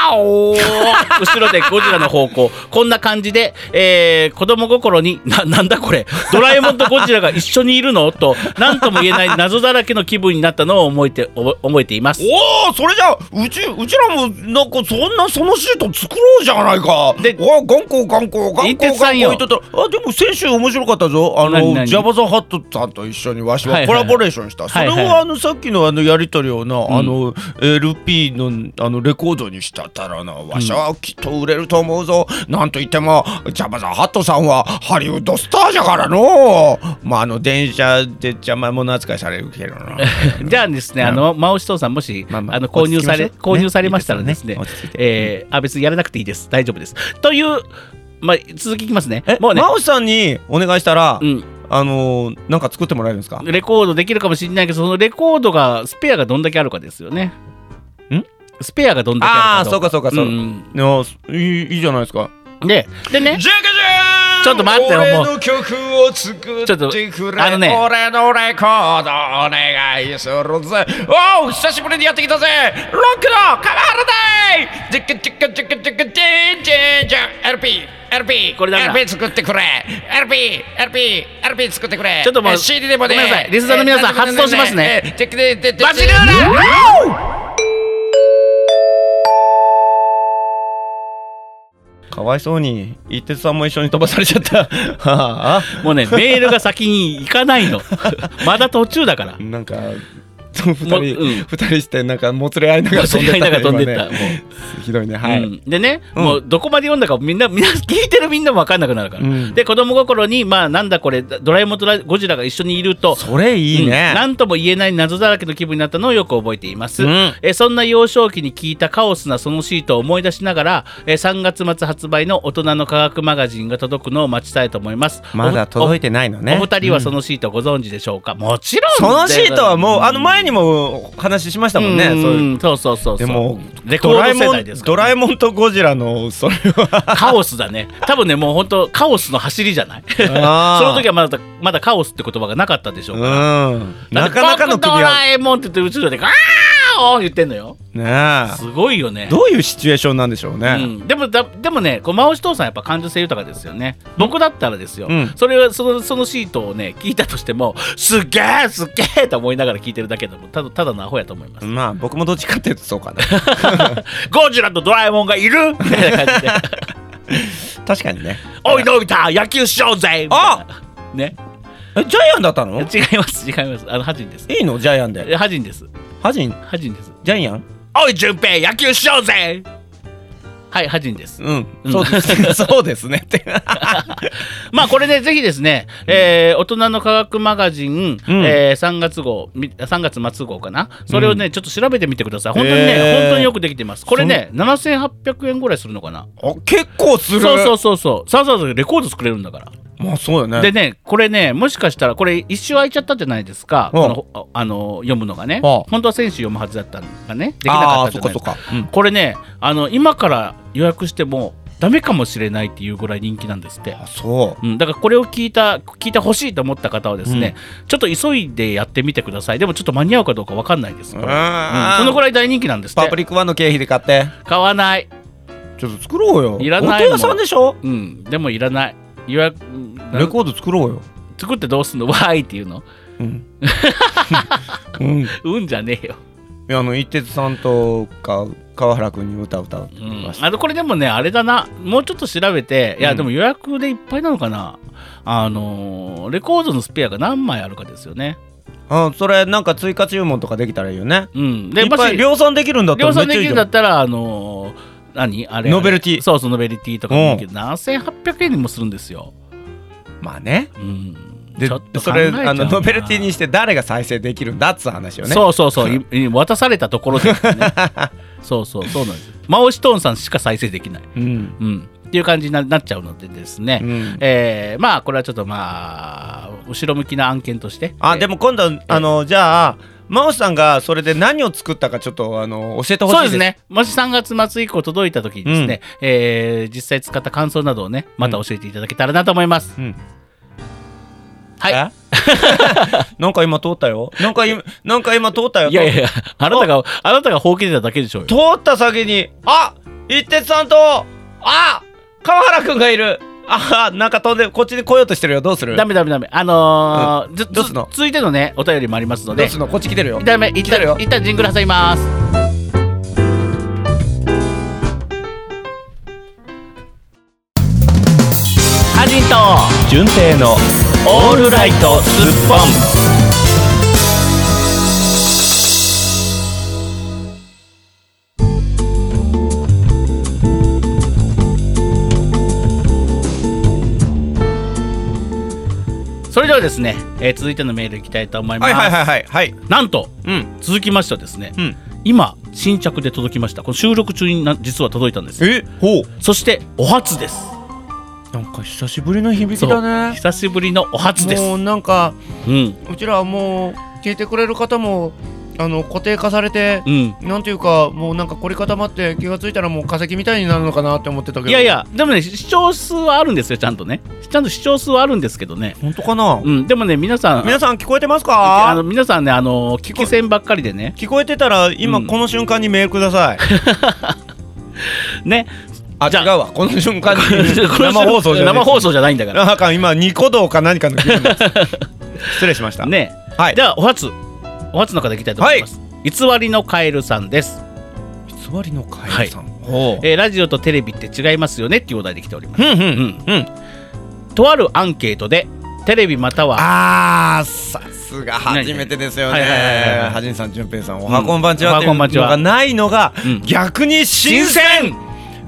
S2: ャーオー」 後ろでゴジラの方向こんな感じで、えー子供心にななんだこれドラえもんとゴジラが一緒にいるのと何とも言えない謎だらけの気分になったのを覚えておぼ覚えています。
S1: おおそれじゃうちうちらもなんかそんなそのシート作ろうじゃないか
S2: で
S1: お頑固頑固頑固
S2: 言っ
S1: 頑
S2: てたんよ
S1: 固言ってたあでも先週面白かったぞあ
S2: 何
S1: の
S2: 何
S1: ジャバザハットさんと一緒にわし
S2: は
S1: はいコ
S2: はいはい
S1: ラボレーションした、
S2: はいはい
S1: それをあのさっきのあのやり取りをな、あの LP のあのレコードにしたったらなわしはきっと売れると思うぞ、なんといってもジャバザハットさんはハリウッドスターじゃからのまああの電車で邪魔者扱いされるけどな
S2: じゃあですね、あの、真押し父さん、もし、
S1: まあ
S2: あ
S1: まあ
S2: の、購入され、
S1: 落ち着きましょう
S2: 購入されましたらですね
S1: ねいいですよね落ち着い、て
S2: えー、あ、別にやらなくていいです。大丈夫です。という、まあ、続きいきますね
S1: え。
S2: もうね、
S1: 真央さんにお願いしたら、
S2: うん、
S1: あのー、なんか作ってもらえるんですか
S2: レコードできるかもしれないけど、そのレコードが、スペアがどんだけあるかですよね。
S1: ん
S2: スペアがどんだけあるかどうか。
S1: あーそうかそうかそうか
S2: ん
S1: いやすいいいいじゃないですか
S2: うんで、でね、
S1: じゃかじゃん
S2: ちょっと待ってよもう
S1: 俺の曲を作
S2: ちょっと
S1: ってくれ
S2: あのね
S1: 俺のレコードお願いするぜおう久しぶりにやってきたぜロックのカバールデイジックジックジックジックジンジンジン LP LP
S2: これだな
S1: LP 作ってくれ LP LP LP 作ってくれ
S2: ちょっともう
S1: え CD でもね
S2: ごめんなさいリスナーの皆さん
S1: えなんでも
S2: 発動しますね
S1: えジックででで
S2: バジルーラ
S1: かわいそうに伊手さんも一緒に飛ばされちゃった はあ
S2: もうね、メールが先に行かないの。 まだ途中だから。
S1: なんか二人
S2: もううん
S1: 二人してなんかもつれ合いながら飛んでったね
S2: もつれ合いながら飛んでった
S1: 今ねひどいねは
S2: う
S1: い
S2: んでね、もうどこまで読んだかみんなみんな聞いてるみんなも分かんなくなるから、
S1: うん
S2: で子供心にまあなんだこれドラえもんとラゴジラが一緒にいると
S1: それいい
S2: うん
S1: ね
S2: なんとも言えない謎だらけの気分になったのをよく覚えています、
S1: うん
S2: えそんな幼少期に聞いたカオスなそのシートを思い出しながらえ3月末発売の大人の科学マガジンが届くのを待ちたいと思います
S1: まだ届いて
S2: ない
S1: ないの
S2: お
S1: ね
S2: お二人はそのシートをご存知でしょうか、もちろん
S1: そのシートはもう
S2: あ
S1: あの前にもお話ししましたもんねそういう
S2: そうそうそうそ
S1: で
S2: う
S1: も
S2: レコ
S1: ドラ
S2: ー
S1: え
S2: ド世
S1: も
S2: 代
S1: ん
S2: ですから
S1: ドラえもんとゴジラのそれは
S2: カオスだね多分ねもう本当カオスの走りじゃないその
S1: あー
S2: 時はまだまだカオスって言葉がなかったでしょ
S1: う
S2: うんから、だ
S1: な
S2: って
S1: かなかの
S2: 僕
S1: 組
S2: ド
S1: み合わ
S2: ラえもんって言って後ろでガーオー言ってんのよ
S1: せね
S2: すごいよね
S1: えどういうシチュエーションなんでしょう
S2: う
S1: ね
S2: ん、でもだでもねこう真押し父さんやっぱ感受性豊かですよね僕だったらですよ、
S1: うん
S2: それはそのそのシートをね聞いたとしても すげえすげえと思いながら聞いてるだけでもただただのアホやと思います、
S1: まあ僕もどっちかっていうとそう かな
S2: ゴジラとドラえもんがいるみたいな感じで
S1: 確かにね
S2: おいのび太野球しようぜみたいなね
S1: えジャイアンだったの
S2: 違います違いますあのハジンです
S1: いいのジャイアンで
S2: えハジンです
S1: ハジン
S2: ハジンです。
S1: ジャイアン
S2: おい、淳平、野球しようぜはい、ハジンです。
S1: うんそうです ねそうですねって
S2: まあ、これね、ぜひですね、えー大人の科学マガジン、
S1: うん
S2: えー3月号、み3月末号かな、それをね、ちょっと調べてみてください。本当にね、
S1: へー
S2: 本当によくできてます。これね、7800円ぐらいするのかな。
S1: あ結構す
S2: そ
S1: る
S2: うそうそうそう、さあさあレコード作れるんだから。
S1: まあそうよね
S2: でね、これね、もしかしたら、これ、一周空いちゃったじゃないですか、
S1: うん
S2: このああの読むのがね、
S1: うん
S2: 本当は選手読むはずだったのがね、できなかったじゃないですか。
S1: あーそっかそっかうん
S2: これね、あの今から予約してもダメかもしれないっていうぐらい人気なんですって。
S1: あそ
S2: うん、だからこれを聞いた聞いてほしいと思った方はですね、ちょっと急いでやってみてくださいでもちょっと間に合うかどうかわかんないです
S1: うう
S2: こ
S1: ん
S2: れ、うん、そのぐらい大人気なんですっ
S1: パプ
S2: て
S1: リックワンの経費で買って
S2: 買わない、
S1: ちょっと作ろうよ
S2: いらないもん
S1: 音屋さんでしょ
S2: うん、でもいらない予約うん
S1: レコード作ろうよ
S2: 作ってどうすんのわーいっていうの
S1: うんうんい
S2: うんじゃねえよ、
S1: やあの一徹さんとか川原君に歌歌うって
S2: う
S1: 言い
S2: ん
S1: まし、た
S2: あのこれでもねあれだなもうちょっと調べていや、
S1: うん
S2: でも予約でいっぱいなのかなあのーレコードのスペアが何枚あるかですよね
S1: あそれなんか追加注文とかできたらいいよね
S2: うん
S1: い
S2: で
S1: っぱい量産できるんだった
S2: 量
S1: らめっ
S2: 産
S1: ち
S2: で
S1: ゃい
S2: き
S1: いじ
S2: るん
S1: ゃ
S2: だ
S1: ん
S2: ったらあのー何あれ
S1: ノベルティ
S2: そうそうノベルティとかもいいけど、7800円にもするんですよ、
S1: まあね
S2: うん、
S1: で
S2: ちょっと
S1: それ
S2: 考えちゃうな
S1: あのノベルティにして誰が再生できるんだっつう話よね
S2: そうそうそういい渡されたところで、ね、 そうそうそうなんですマオシトーンさんしか再生できない、
S1: うん
S2: うん、っていう感じにななっちゃうのでですね、
S1: うん
S2: えーまあこれはちょっとまあ後ろ向きな案件として
S1: あでも今度あのじゃあ真央さんがそれで何を作ったかちょっとあの教えてほしい
S2: そうですね。もし3月末以降届いた時にですね、えー実際使った感想などをね、また教えていただけたらなと思います。
S1: うん
S2: はい。
S1: なんか今通ったよなんか今なんか今通ったよ
S2: いやいや、あなたが、あなたがほうき出ただけでしょうよ。
S1: 通った先にあ一徹さんとあ川原くんがいるあなんか飛んでこっちに来ようとしてるよどうする
S2: ダメダメダメ。あのーず
S1: どうすんの
S2: ず続いてのね、お便りもあります
S1: ど
S2: の
S1: う
S2: で、
S1: すんのこっち来てるよ
S2: ダメ、一
S1: 来てるよ
S2: 旦、一旦ジングル挟みます。アジンと
S3: 純正の
S2: オールライトスッポンそれではですね、えー続いてのメールいきたいと思いま
S1: は
S2: す、
S1: いはいはいはいはい
S2: なんと
S1: うん
S2: 続きましてはですね、
S1: うん
S2: 今新着で届きましたこの収録中にな実は届いたんです
S1: えほう
S2: そしてお初です
S1: なんか久しぶりの響
S2: そ
S1: き
S2: う
S1: だね
S2: 久しぶりのお初です
S1: もうなんか
S2: うん
S1: うちらはもう聞いてくれる方もあの固定化されて
S2: うん
S1: なんていうかもうなんか凝り固まって気がついたらもう化石みたいになるのかなって思ってたけど
S2: いやいやでもね視聴数はあるんですよちゃんとねちゃんと視聴数はあるんですけどね
S1: 本当かな、
S2: うんでもね皆さん
S1: 皆さん聞こえてます
S2: あ
S1: か
S2: の皆さんねあの聞き戦ばっかりでね
S1: 聞こえてたら今
S2: うん
S1: この瞬間にメールくだ さい、
S2: ね
S1: あ
S2: じゃあ
S1: 違うわこの瞬間 に
S2: この瞬間
S1: 生放送じゃない
S2: 生放送じゃないんだから
S1: なんか今ニコ動か何かの気分です失礼しました、
S2: ね
S1: はい
S2: じゃあお初お初の方いきたいと思います、偽りのカエルさんです
S1: 偽りのカ
S2: エル
S1: さ
S2: さ
S1: ん、ほう
S2: えーラジオとテレビって違いますよねっていうお題で来ております。
S1: ふんふ
S2: うんん
S1: うん
S2: とあるアンケートでテレビまたは
S1: あーさすが初めてですよね
S2: はいはいはいはい
S1: はじんさんじゅんぺいさんおはこんばんちはっ
S2: おは
S1: てい
S2: こ
S1: うん
S2: ばんち
S1: の
S2: は
S1: がないのが
S2: うん
S1: 逆に新鮮
S2: 鮮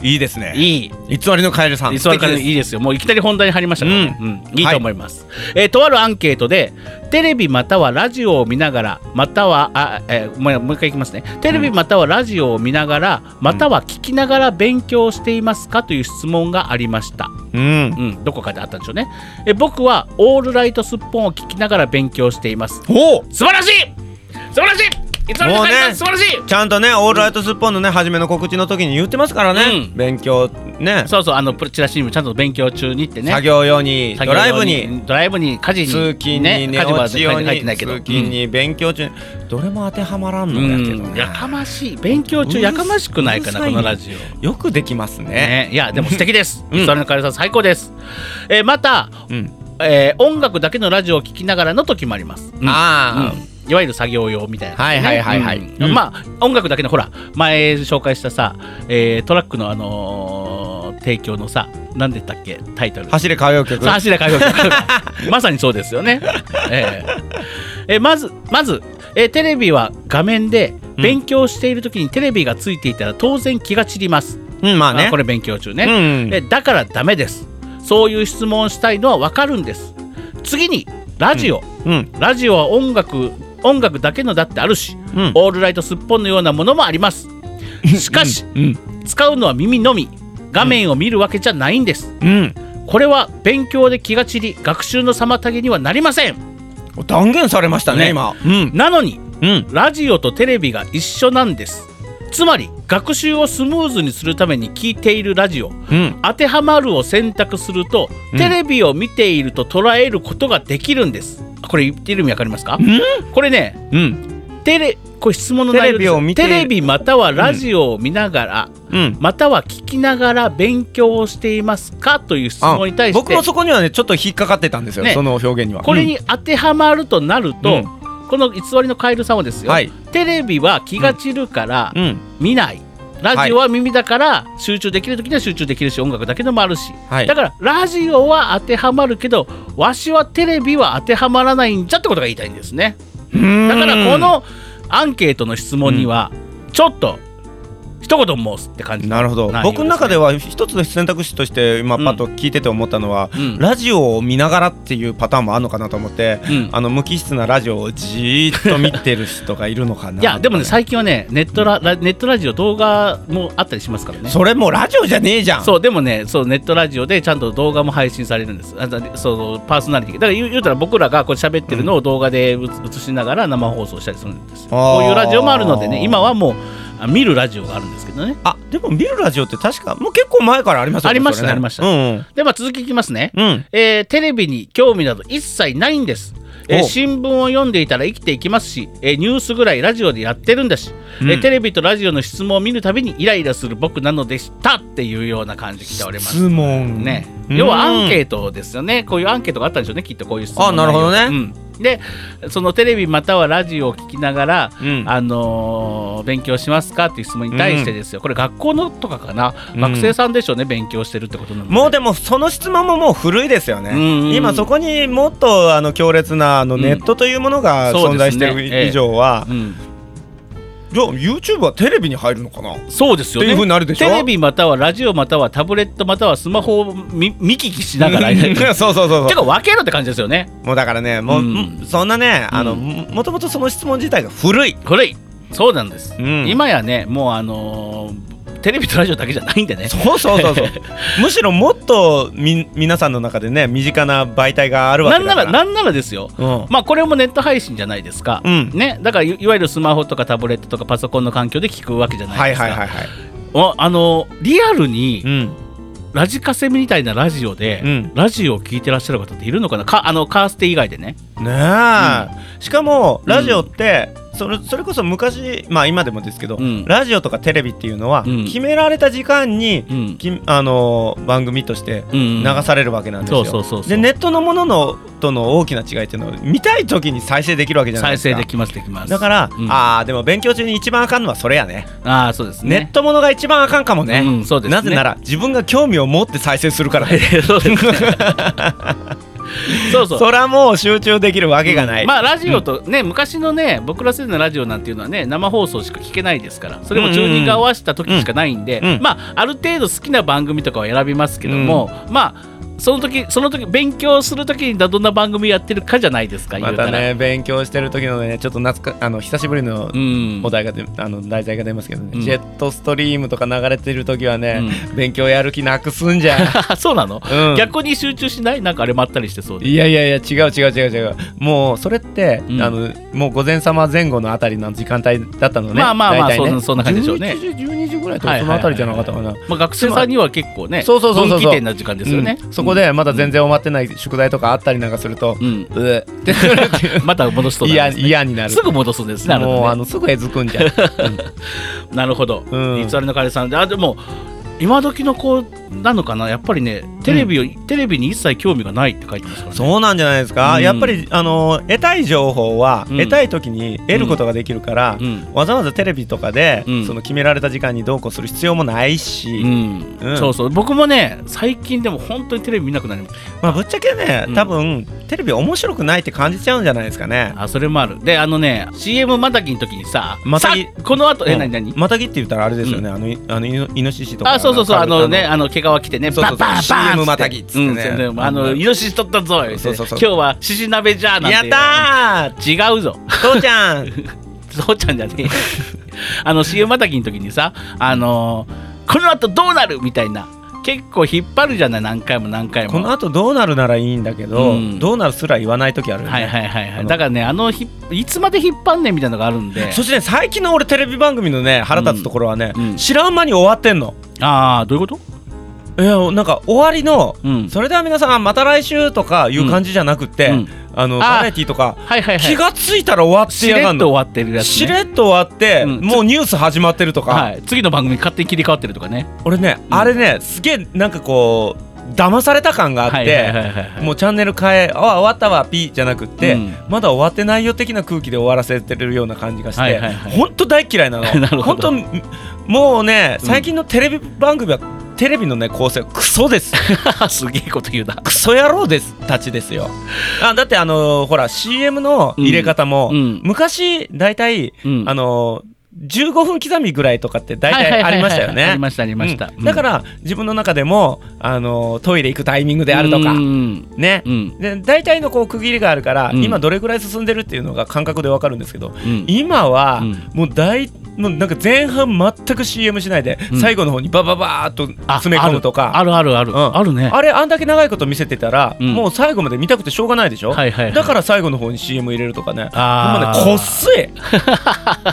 S1: いいですね
S2: いい
S1: 偽りのカエルさん
S2: 偽りから
S1: 素敵です
S2: いいですよもういきなり本題に入りましたからね、
S1: う
S2: うんいいと思います、えーとあるアンケートでテレビまたはラジオを見ながらまたはあ、えーもうもう一回いきますねテレビまたはラジオを見ながらまたは聞きながら勉強していますかという質問がありました、
S1: うん
S2: うん、どこかであったんでしょうねえ僕はオールライトすっぽんを聞きながら勉強しています
S1: ほう
S2: 素晴らしい素晴らしい偽りのカエルさん、
S1: もうね
S2: 素晴らしい
S1: ちゃんとねオールライトスッポンのね初めの告知の時に言ってますからね
S2: うん
S1: 勉強ね
S2: そうそうあのプチラシームちゃんと勉強中にってね
S1: 作業用にド
S2: 作業
S1: ライ
S2: 用
S1: ブに
S2: ドライブに家事に
S1: 通勤に
S2: ね
S1: 寝
S2: 家事は
S1: 落ち用
S2: 書いて書い
S1: に
S2: てないけど
S1: 通勤に勉強中にどれも当てはまらん
S2: う
S1: の
S2: ん
S1: やけど
S2: うん
S1: ね
S2: やかましい勉強中やかましくないかな
S1: うる
S2: こ
S1: さい
S2: のラジオ
S1: よくできますね
S2: ねいやでも素敵です
S1: うん
S2: それのカエルさん最高ですえーまた
S1: うん
S2: えー音楽だけのラジオを聴きながらの時もありますうん
S1: ああ
S2: うんいわゆる作業用みたいな、
S1: はいはいはいはい
S2: うん
S1: うん
S2: まあ音楽だけのほら前紹介したさ、えートラックのあのー提供のさ何でったっけタイトル
S1: 走れ歌謡曲
S2: さあ走れ歌謡曲まさにそう ですよね、えええまずまず、えーテレビは画面で勉強している時にテレビがついていたら当然気が散ります、
S1: うんまあね
S2: あこれ勉強中ね、
S1: うん
S2: でだからダメですそういう質問をしたいのは分かるんです次にラジオ、
S1: うん
S2: ラジオは音楽音楽だけのだってあるし、
S1: うん
S2: オールライトすっぽんのようなものもありますしかし、
S1: うん
S2: 使うのは耳のみ画面を見るわけじゃないんです、
S1: うん
S2: これは勉強で気が散り学習の妨げにはなりません
S1: 断言されました
S2: ね
S1: ね今うん
S2: なのに
S1: うん
S2: ラジオとテレビが一緒なんですつまり学習をスムーズにするために聞いているラジオ
S1: うん
S2: 当てはまるを選択すると、テレビを見ていると捉えることができるんですこれ言ってる意味わかりますか、これね
S1: うん
S2: テレこれ質問の内
S1: テレ
S2: 容です
S1: ビを見て
S2: テレビまたはラジオを見ながら、
S1: うん
S2: または聞きながら勉強をしていますかという質
S1: あ
S2: 問に対して
S1: 僕もそこにはねちょっと引っかかってたんですよ
S2: ね
S1: その表現には
S2: これに当てはまるとなると、
S1: うん
S2: この偽りのカエルさんはですよ、
S1: はい
S2: テレビは気が散るから
S1: うんうん
S2: 見ない、ラジオは耳だから集中できる時には集中できるし音楽だけでもあるし、
S1: はい
S2: だからラジオは当てはまるけどわしはテレビは当てはまらないんじゃってことが言いたいんですねだからこのアンケートの質問にはちょっと一言申すって感じ
S3: なるほど、
S2: 内容
S3: 僕の中で
S2: は
S3: は一つの選択肢として今
S2: うん
S3: パッと聞いてて思ったのは、
S2: うん
S3: ラジオを見ながらっていうパターンもあるのかなと思って、
S2: うん
S3: あの無機質なラジオをじーっと見てる人がいるのかな
S2: いやでもね最近はねネットララネットラジオ動画もあったりしますからね
S3: それもうラジオじゃねえじゃん
S2: そうでもねそうネットラジオでちゃんと動画も配信されるんですあだそうパーソナリティだから言う言うたら僕らがこう喋ってるのを動画で映映しながら生放送したりするんですよ
S3: あー
S2: こういうラジオもあるのでね今はもうあ見るラジオがあるんですけどね
S3: あでも見るラジオって確かもう結構前からありますよね
S2: ありました
S3: それね
S2: ありました
S3: うん
S2: でまあ続きいきますね、
S3: うん、うん
S2: えーテレビに興味など一切ないんです、えー
S3: お
S2: 新聞を読んでいたら生きていきますし、えーニュースぐらいラジオでやってるんだし、
S3: うん
S2: えーテレビとラジオの質問を見るたびにイライラする僕なのでしたっていうような感じで来ております
S3: 質問
S2: ね、
S3: うん
S2: 要はアンケートですよねこういうアンケートがあったんでしょうねきっとこういう質問
S3: あなるほど
S2: 内
S3: ね
S2: 容うんでそのテレビまたはラジオを聞きながら、
S3: うん
S2: あのー勉強しますかっていう質問に対してですよ、これ学校のとかかな、
S3: うん
S2: 学生さんでしょうね勉強してるってことなので
S3: もうでもその質問ももう古いですよね、
S2: うんうん
S3: 今そこにもっとあの強烈なあの
S2: うん
S3: ネットというものが
S2: そう
S3: 存
S2: で
S3: 在
S2: す
S3: し
S2: ね
S3: てる以上は、
S2: うん、
S3: じゃあ YouTube はテレビに入るのかな
S2: そうですよね
S3: っていう風になるでしょ
S2: テレビまたはラジオまたはタブレットまたはスマホを見見聞きしなが ら
S3: うん そうそうそうそう
S2: てか分けろって感じですよね
S3: もうだからねもう、
S2: うん
S3: そんなねあの、
S2: うん
S3: もともとその質問自体が古い、
S2: これそうなんです、
S3: うん
S2: 今やねもうあのーテレビとラジオだけじゃないんでね
S3: そうそうそうそう むしろもっとみ皆さんの中でね身近な媒体があるわ
S2: な
S3: け
S2: ん
S3: だ
S2: な
S3: から
S2: らなんならですよ
S3: うん
S2: まあこれもネット配信じゃないですか、
S3: うん
S2: ね、だからいいわゆるスマホとかタブレットとかパソコンの環境で聞くわけじゃな
S3: はいい
S2: ですか、
S3: はいはいはい
S2: おあのーリアルに
S3: うん
S2: ラジカセみたいなラジオで、
S3: うん
S2: ラジオを聞いてらっしゃる方っているのかなかあのカーステ以外でね
S3: ねえ、しかもラジオって、それそれこそ昔まあ今でもですけど、
S2: うん
S3: ラジオとかテレビっていうのは、
S2: うん
S3: 決められた時間に、
S2: うん
S3: きあのー番組として
S2: うんうん
S3: 流されるわけなんですよ、
S2: そうそうそうそう
S3: でネットのもののとの大きな違いっていうのは見たい時に再生できるわけじゃないで
S2: 再
S3: すか
S2: 生できますできます
S3: だから、
S2: うん
S3: ああでも勉強中に一番あかんのはそれやね
S2: ああそうです
S3: ネッ
S2: ね
S3: トものが一番あかんかもね,、
S2: うんそうですね
S3: なぜなら自分が興味を持って再生するから
S2: そうですねそうそう
S3: そりゃもう集中できるわけがない、
S2: まあラジオとね、昔のね僕ら世代のラジオなんていうのはね生放送しか聞けないですからそれもチューニング合わせた時しかないんで、
S3: うんうん
S2: まあある程度好きな番組とかは選びますけども、まあその時その時勉強する時にどんな番組やってるかじゃないですか言
S3: ま
S2: うた
S3: た
S2: ら、
S3: ね勉強してる時のねちょっと懐かあの久しぶりの
S2: うん
S3: お題がであの題材が出ますけどね、
S2: うん
S3: ジェットストリームとか流れてる時はね、勉強やる気なくすんじ ゃん
S2: そうなの、
S3: うん
S2: 逆に集中しないなんかあれまったりしてそうで
S3: いやいやいや違う違う違う違うもうそれって、
S2: うん
S3: あのもう午前様前後のあたりの時間帯だったのね
S2: まあまあまあ
S3: 大体
S2: そんそんな感じでしょうね
S3: 11時12時ぐらいとかそのあたりじゃなかったかな、
S2: まあ、学生さんには結構ね
S3: そうそうそうそうそ
S2: 分
S3: う
S2: 岐点な時間ですよね、
S3: うんそこでまだ全然終わってない宿題とかあったりなんかすると、
S2: う、
S3: うんえってなるっていう
S2: また戻しと
S3: 嫌嫌になる
S2: すぐ戻すんですね。なるほ
S3: もう
S2: ど
S3: あ
S2: ね
S3: のすぐえずく んじゃん
S2: なるほど。
S3: う
S2: 偽
S3: ん
S2: りの彼さんで、あでも今時の子なのかな。やっぱりね、テレビを、テレビに一切興味がないって書いてますからね。
S3: そうなんじゃないですか、
S2: うん
S3: やっぱりあの得たい情報は、
S2: うん
S3: 得たい時に得ることができるから、
S2: うん
S3: わざわざテレビとかで、
S2: うん
S3: その決められた時間にどうこうする必要もないし、
S2: うん
S3: うん
S2: そうそう僕もね最近でも本当にテレビ見なくなりました
S3: まあ、ぶっちゃけね
S2: うん
S3: 多分、テレビ面白くないって感じちゃうんじゃないですかね。
S2: あそれもあるであのね CM またぎの時にさ
S3: またぎ
S2: さこの後え何何、
S3: うんまたぎって言ったらあれですよね、あのいあのイノイノシシとか
S2: あそうそうそうあ
S3: なんか
S2: のねあの毛皮着てね
S3: そ
S2: バ
S3: う
S2: ン
S3: そうそ
S2: バ
S3: う
S2: ンバン
S3: CM またぎっつってね
S2: うんあのイノシシ取ったぞ言って
S3: そうそうそう
S2: 今日は獅子鍋じゃーなんて
S3: やったー
S2: 違うぞ
S3: 父ちゃ ん
S2: そうちゃんじゃねえよあの CM またぎの時にさあのーこの後どうなるみたいな結構引っ張るじゃない何回も何回も
S3: この後どうなるならいいんだけど、
S2: うん
S3: どうなるすら言わない時あるよね、
S2: はいはいはいは
S3: あ
S2: い
S3: の
S2: だからねあのひいつまで引っ張んねんみたいなのがあるんで
S3: そしてね最近の俺テレビ番組のね腹立つところはね、
S2: うんうん
S3: 知らん間に終わってんの
S2: ああどういうこと
S3: いやなんか終わりの、
S2: うん
S3: それでは皆さんまた来週とかいう感じじゃなくって、
S2: うんうん
S3: あの
S2: あー
S3: バラエティとか、
S2: はいはいはい
S3: 気がついたら終わって
S2: し
S3: や
S2: れ
S3: がん
S2: っと
S3: の
S2: 終わってるやつ、ね、
S3: しれっと終わって、
S2: うん
S3: もうニュース始まってるとか、
S2: はい、次の番組勝手に切り替わってるとかね
S3: 俺ね、
S2: ん
S3: あれねすげえなんかこう騙された感があって、
S2: はいはいはい はいはい
S3: もうチャンネル変えあ終わったわピーじゃなくって、
S2: うん
S3: まだ終わってないよ的な空気で終わらせてるような感じがして、
S2: はいはいはい
S3: ほんと大嫌い な
S2: なる
S3: の
S2: ほ
S3: ほん
S2: ど
S3: ともうね
S2: うん
S3: 最近のテレビ番組はテレビのね構成はクソ です
S2: すげえこと言う な
S3: クソ野郎ですたちですよあだってあのーほら CM の入れ方も、
S2: うんうん
S3: 昔大体、
S2: うん
S3: あのー
S6: 15分刻みぐらいとかって大
S2: はいはい
S6: 体
S2: は
S6: あ
S2: いはい
S6: りましたよね。
S2: ありましたありました
S6: うん
S2: うん
S6: だから自分の中でもあのトイレ行くタイミングであるとか
S2: うん
S6: ね
S2: う。ん
S6: で大体のこう区切りがあるから、
S2: うん
S6: 今どれぐらい進んでるっていうのが感覚でわかるんですけど、
S2: ん
S6: 今は
S2: うん
S6: もう大もうなんか前半全く CM しないで、
S2: うん
S6: 最後の方にバババーっと
S2: あ
S6: 詰め込むとか
S2: あるあるある
S6: うん
S2: あるね
S6: あれあんだけ長いこと見せてたら、
S2: うん
S6: もう最後まで見たくてしょうがないでしょ、
S2: はいはいはい
S6: だから最後の方に CM 入れるとかねほんま
S2: あ
S6: ね
S2: ー
S6: こっす い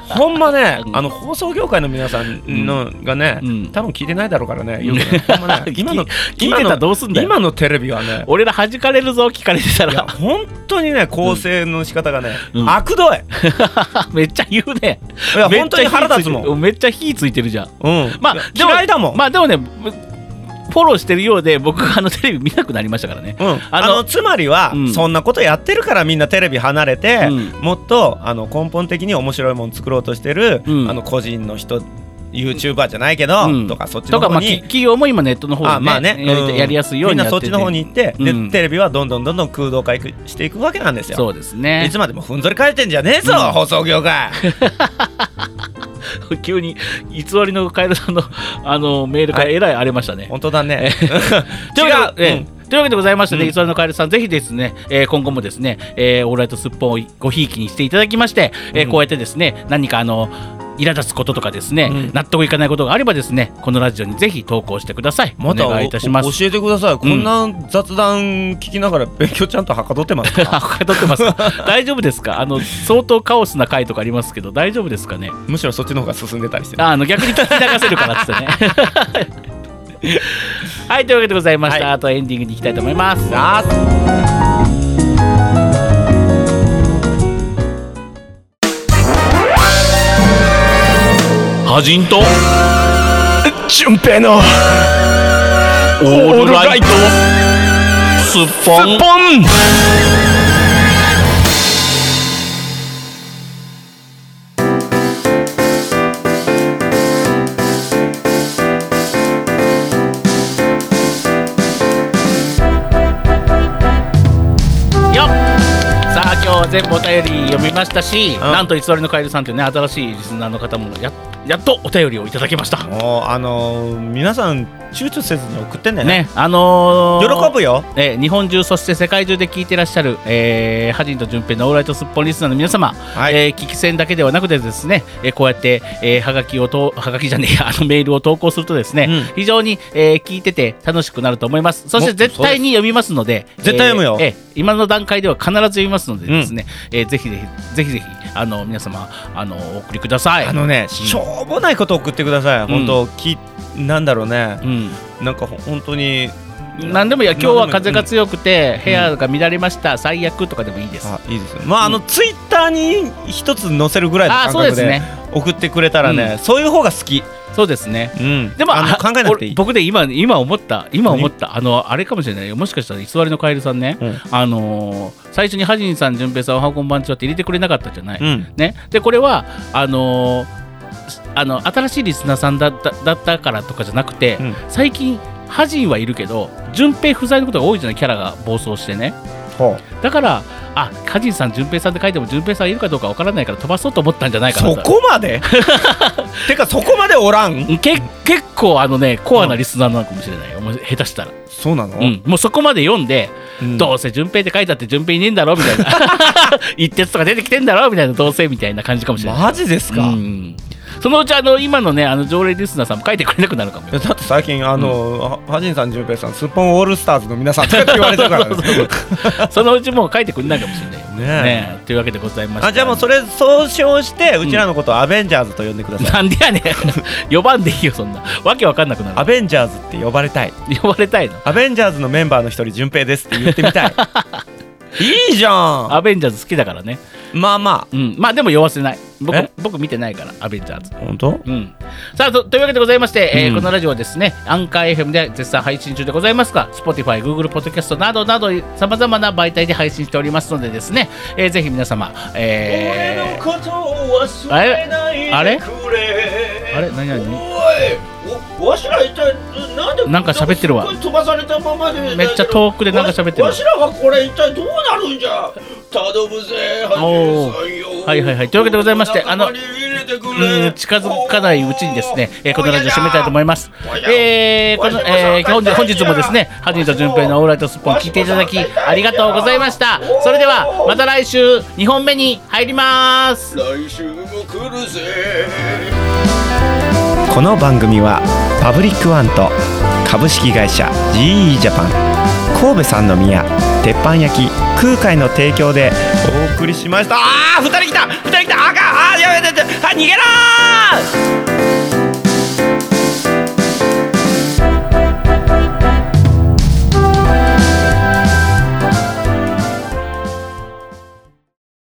S6: ほんまね
S2: うん
S6: あの放送業界の皆さんのがね、
S2: うん
S6: 多分聞いてないだろうからねよくねほんまね今の
S2: 聞いてたらどうすんだよ
S6: 今の今のテレビはね
S2: 俺ら弾かれるぞ聞かれてた
S6: いや
S2: ら
S6: 本当にね構成の仕方がね、
S2: うん
S6: 悪どい
S2: めっちゃ言うね
S6: いや本当に腹立つもん、うん、
S2: めっちゃ火ついてるじゃんまあでも
S6: 嫌いだもん、
S2: まあでもねぶフォローしてるようで僕があのテレビ見なくなりましたからね
S6: うん、あ
S2: あ
S6: の
S2: の
S6: つまりは、
S2: うん
S6: そんなことやってるからみんなテレビ離れて、
S2: うん
S6: もっとあの根本的に面白いもの作ろうとしてる、
S2: うん
S6: あの個人の人 YouTuber じゃないけど、
S2: うん
S6: とかそっち
S2: と
S6: の
S2: かま
S6: 方
S2: あき
S6: に。
S2: 企業も今ネットの方で
S6: あまあね
S2: ねやりた
S6: うん
S2: やりやすいように
S6: みん
S2: やっ
S6: なそ
S2: て
S6: ってちの方に行って、
S2: うん
S6: でテレビはどんどんどんどん空洞化していくわけなんですよ。
S2: そうですね
S6: い つまでもふんぞり返ってんじゃねえぞ、
S2: うん
S6: 放送業界
S2: 急に偽りのカエルさんのあのメールからえらい荒れましたね。
S6: 本当だね
S2: というわけで
S6: 違う、
S2: ええというわけでございましてね、
S6: うん
S2: 偽りのカエルさん、ぜひですね、えー今後もですね、えーオールライトスッポンをごひいきにしていただきまして、えーこうやってですね、何かあの、苛立つこととかですね、
S6: うん
S2: 納得いかないことがあればですね、このラジオにぜひ投稿してください。
S7: また
S2: お願いいたします。
S7: 教えてくださいこんな雑談聞きながら勉強ちゃんとはかどってますか、
S2: あ、これ撮ってますか大丈夫ですかあの、相当カオスな回とかありますけど、大丈夫ですかね
S7: むしろそっちの方が進んでたりして
S2: ああの逆に聞き流せるからっつってね。はい、というわけでございました。あとエンディングに行きたいと思います。
S7: あー
S1: はじんと
S7: 純平の
S1: オールライトスッポン
S7: ポン
S2: よっさあ今日は全部お便り読みましたし、なんと偽りのカエルさんというね新しいリスナーの方もややっとお便りをいただきました。
S6: もうあのー皆さん躊躇せずに送ってね
S2: ね、あの
S6: 喜
S2: ー、
S6: ぶよ
S2: えー日本中そして世界中で聞いてらっしゃる、えー、ハジンと順平のオールライトスッポンリスナーの皆様、
S6: い
S2: えー聞き戦だけではなくてですね、えーこうやって、えー、はがきをとはがきじゃねえやあ のメールを投稿するとですね、
S6: うん
S2: 非常に、えー聞いてて楽しくなると思いますそして
S6: もっとそうです
S2: 絶対に読みますので
S6: 絶対読むよ
S2: えーえー今の段階では必ず読みますのでですね、えーぜひぜひぜひぜひあの皆様あのお送りください
S6: あのね、しょうもないこと送ってください。本当、き、なんだろうね
S2: う。ん
S6: なんかほ本当に。
S2: 何でもいいや今日は風が強くて、部屋が乱れました最悪とかでもいいです、
S6: あ、いいですよ。まあ、あの、ツイッターに一つ載せるぐらいの
S2: あー
S6: 感
S2: そうで
S6: 覚
S2: す
S6: で
S2: ね
S6: 送ってくれたらね、そういう方が好き。
S2: そうですね
S6: うん。
S2: でも
S6: あの
S2: あ
S6: 考えなくてい
S2: 俺
S6: い。
S2: 僕で今今思った今思ったあのあれかもしれないよもしかしたら偽りのカエルさんね、
S6: うん
S2: あのー最初にハジンさん順平さんおはこんばんちはって入れてくれなかったじゃない、
S6: うん。
S2: ねでこれはあのーしあの新しいリスナーさんだっただったからとかじゃなくて、
S6: うん
S2: 最近ハジンはいるけど順平不在のことが多いじゃないキャラが暴走してね
S6: ほ
S2: だからあハジンさん順平さんって書いても順平さんいるかどうかわからないから飛ばそうと思ったんじゃないかな
S6: そ
S2: と
S6: こ まで。てか、そこまでおらん。
S2: け結構あのねコアなリスナーなのかもしれないよ、もう下手したら。
S6: そうなの。
S2: うん、もうそこまで読んで、
S6: うん
S2: どうせ順平って書いてあって順平いねえんだろみたい な一徹とか出てきてんだろみたいなどうせみたいな感じかもしれない。
S6: マジですか。
S2: う
S6: い
S2: んそのうちあの今のねあの常連リスナーさんも書いてくれなくなるかもよ
S6: やだって最近あの、ははじんさん、じゅんぺいさん、スッポンオールスターズの皆さんとかって 言われて るからね
S2: そのうちもう書いてくれないかもしれないよね
S6: ね
S2: えというわけでございまして
S6: あ、じゃあ もうそれ総称して、うちらのことをアベンジャーズと呼んでください。
S2: なんでやねん呼ばんで いいよそんなわけわかんなくな
S6: ア
S2: る
S6: ベンジャーズって呼ばれたい。
S2: 呼ばれたいの
S6: アベンジャーズのメンバーの一人、順平ですって言ってみた い。いいじゃん。
S2: アベンジャーズ好きだからね
S6: まあま
S2: うんまあでも酔わせない僕
S6: え
S2: 僕見てないからアベンジャーズ
S6: あ。本当？
S2: うん、さあとというわけでございまして、えー
S6: うん
S2: このラジオはですねアンカー FM で絶賛配信中でございますが Spotify、Google ポッドキャストなどなどさまざまな媒体で配信しておりますのでですね、えーぜひ皆様、えー、あれあれあれ何何
S1: わしら一体なんで
S2: なんか喋ってるわ
S1: すごい飛ばされたままで
S2: めっちゃ遠くでなんか喋ってる
S1: わしらはこれ一体どうなるんじゃ頼むぜ羽生
S2: おー
S1: さんよ
S2: はいはいはいというわけでございましてあの
S1: 仲間に入れてくれ
S2: うん近づかないうちにですね、えーこのラジオを締めたいと思います。えーこのえー、本日本日もですね、ハジンと純平のオールライトスッポン聞いていただきありがとうございました。それではまた来週2本目に入ります。
S1: 来週も来るぜ
S3: この番組はパブリックワンと株式会社 GE ジャパン神戸三宮鉄板焼き空海の提供でお送りしましたあー二人来た二人来たあかんあーやべやべやべあ逃げろー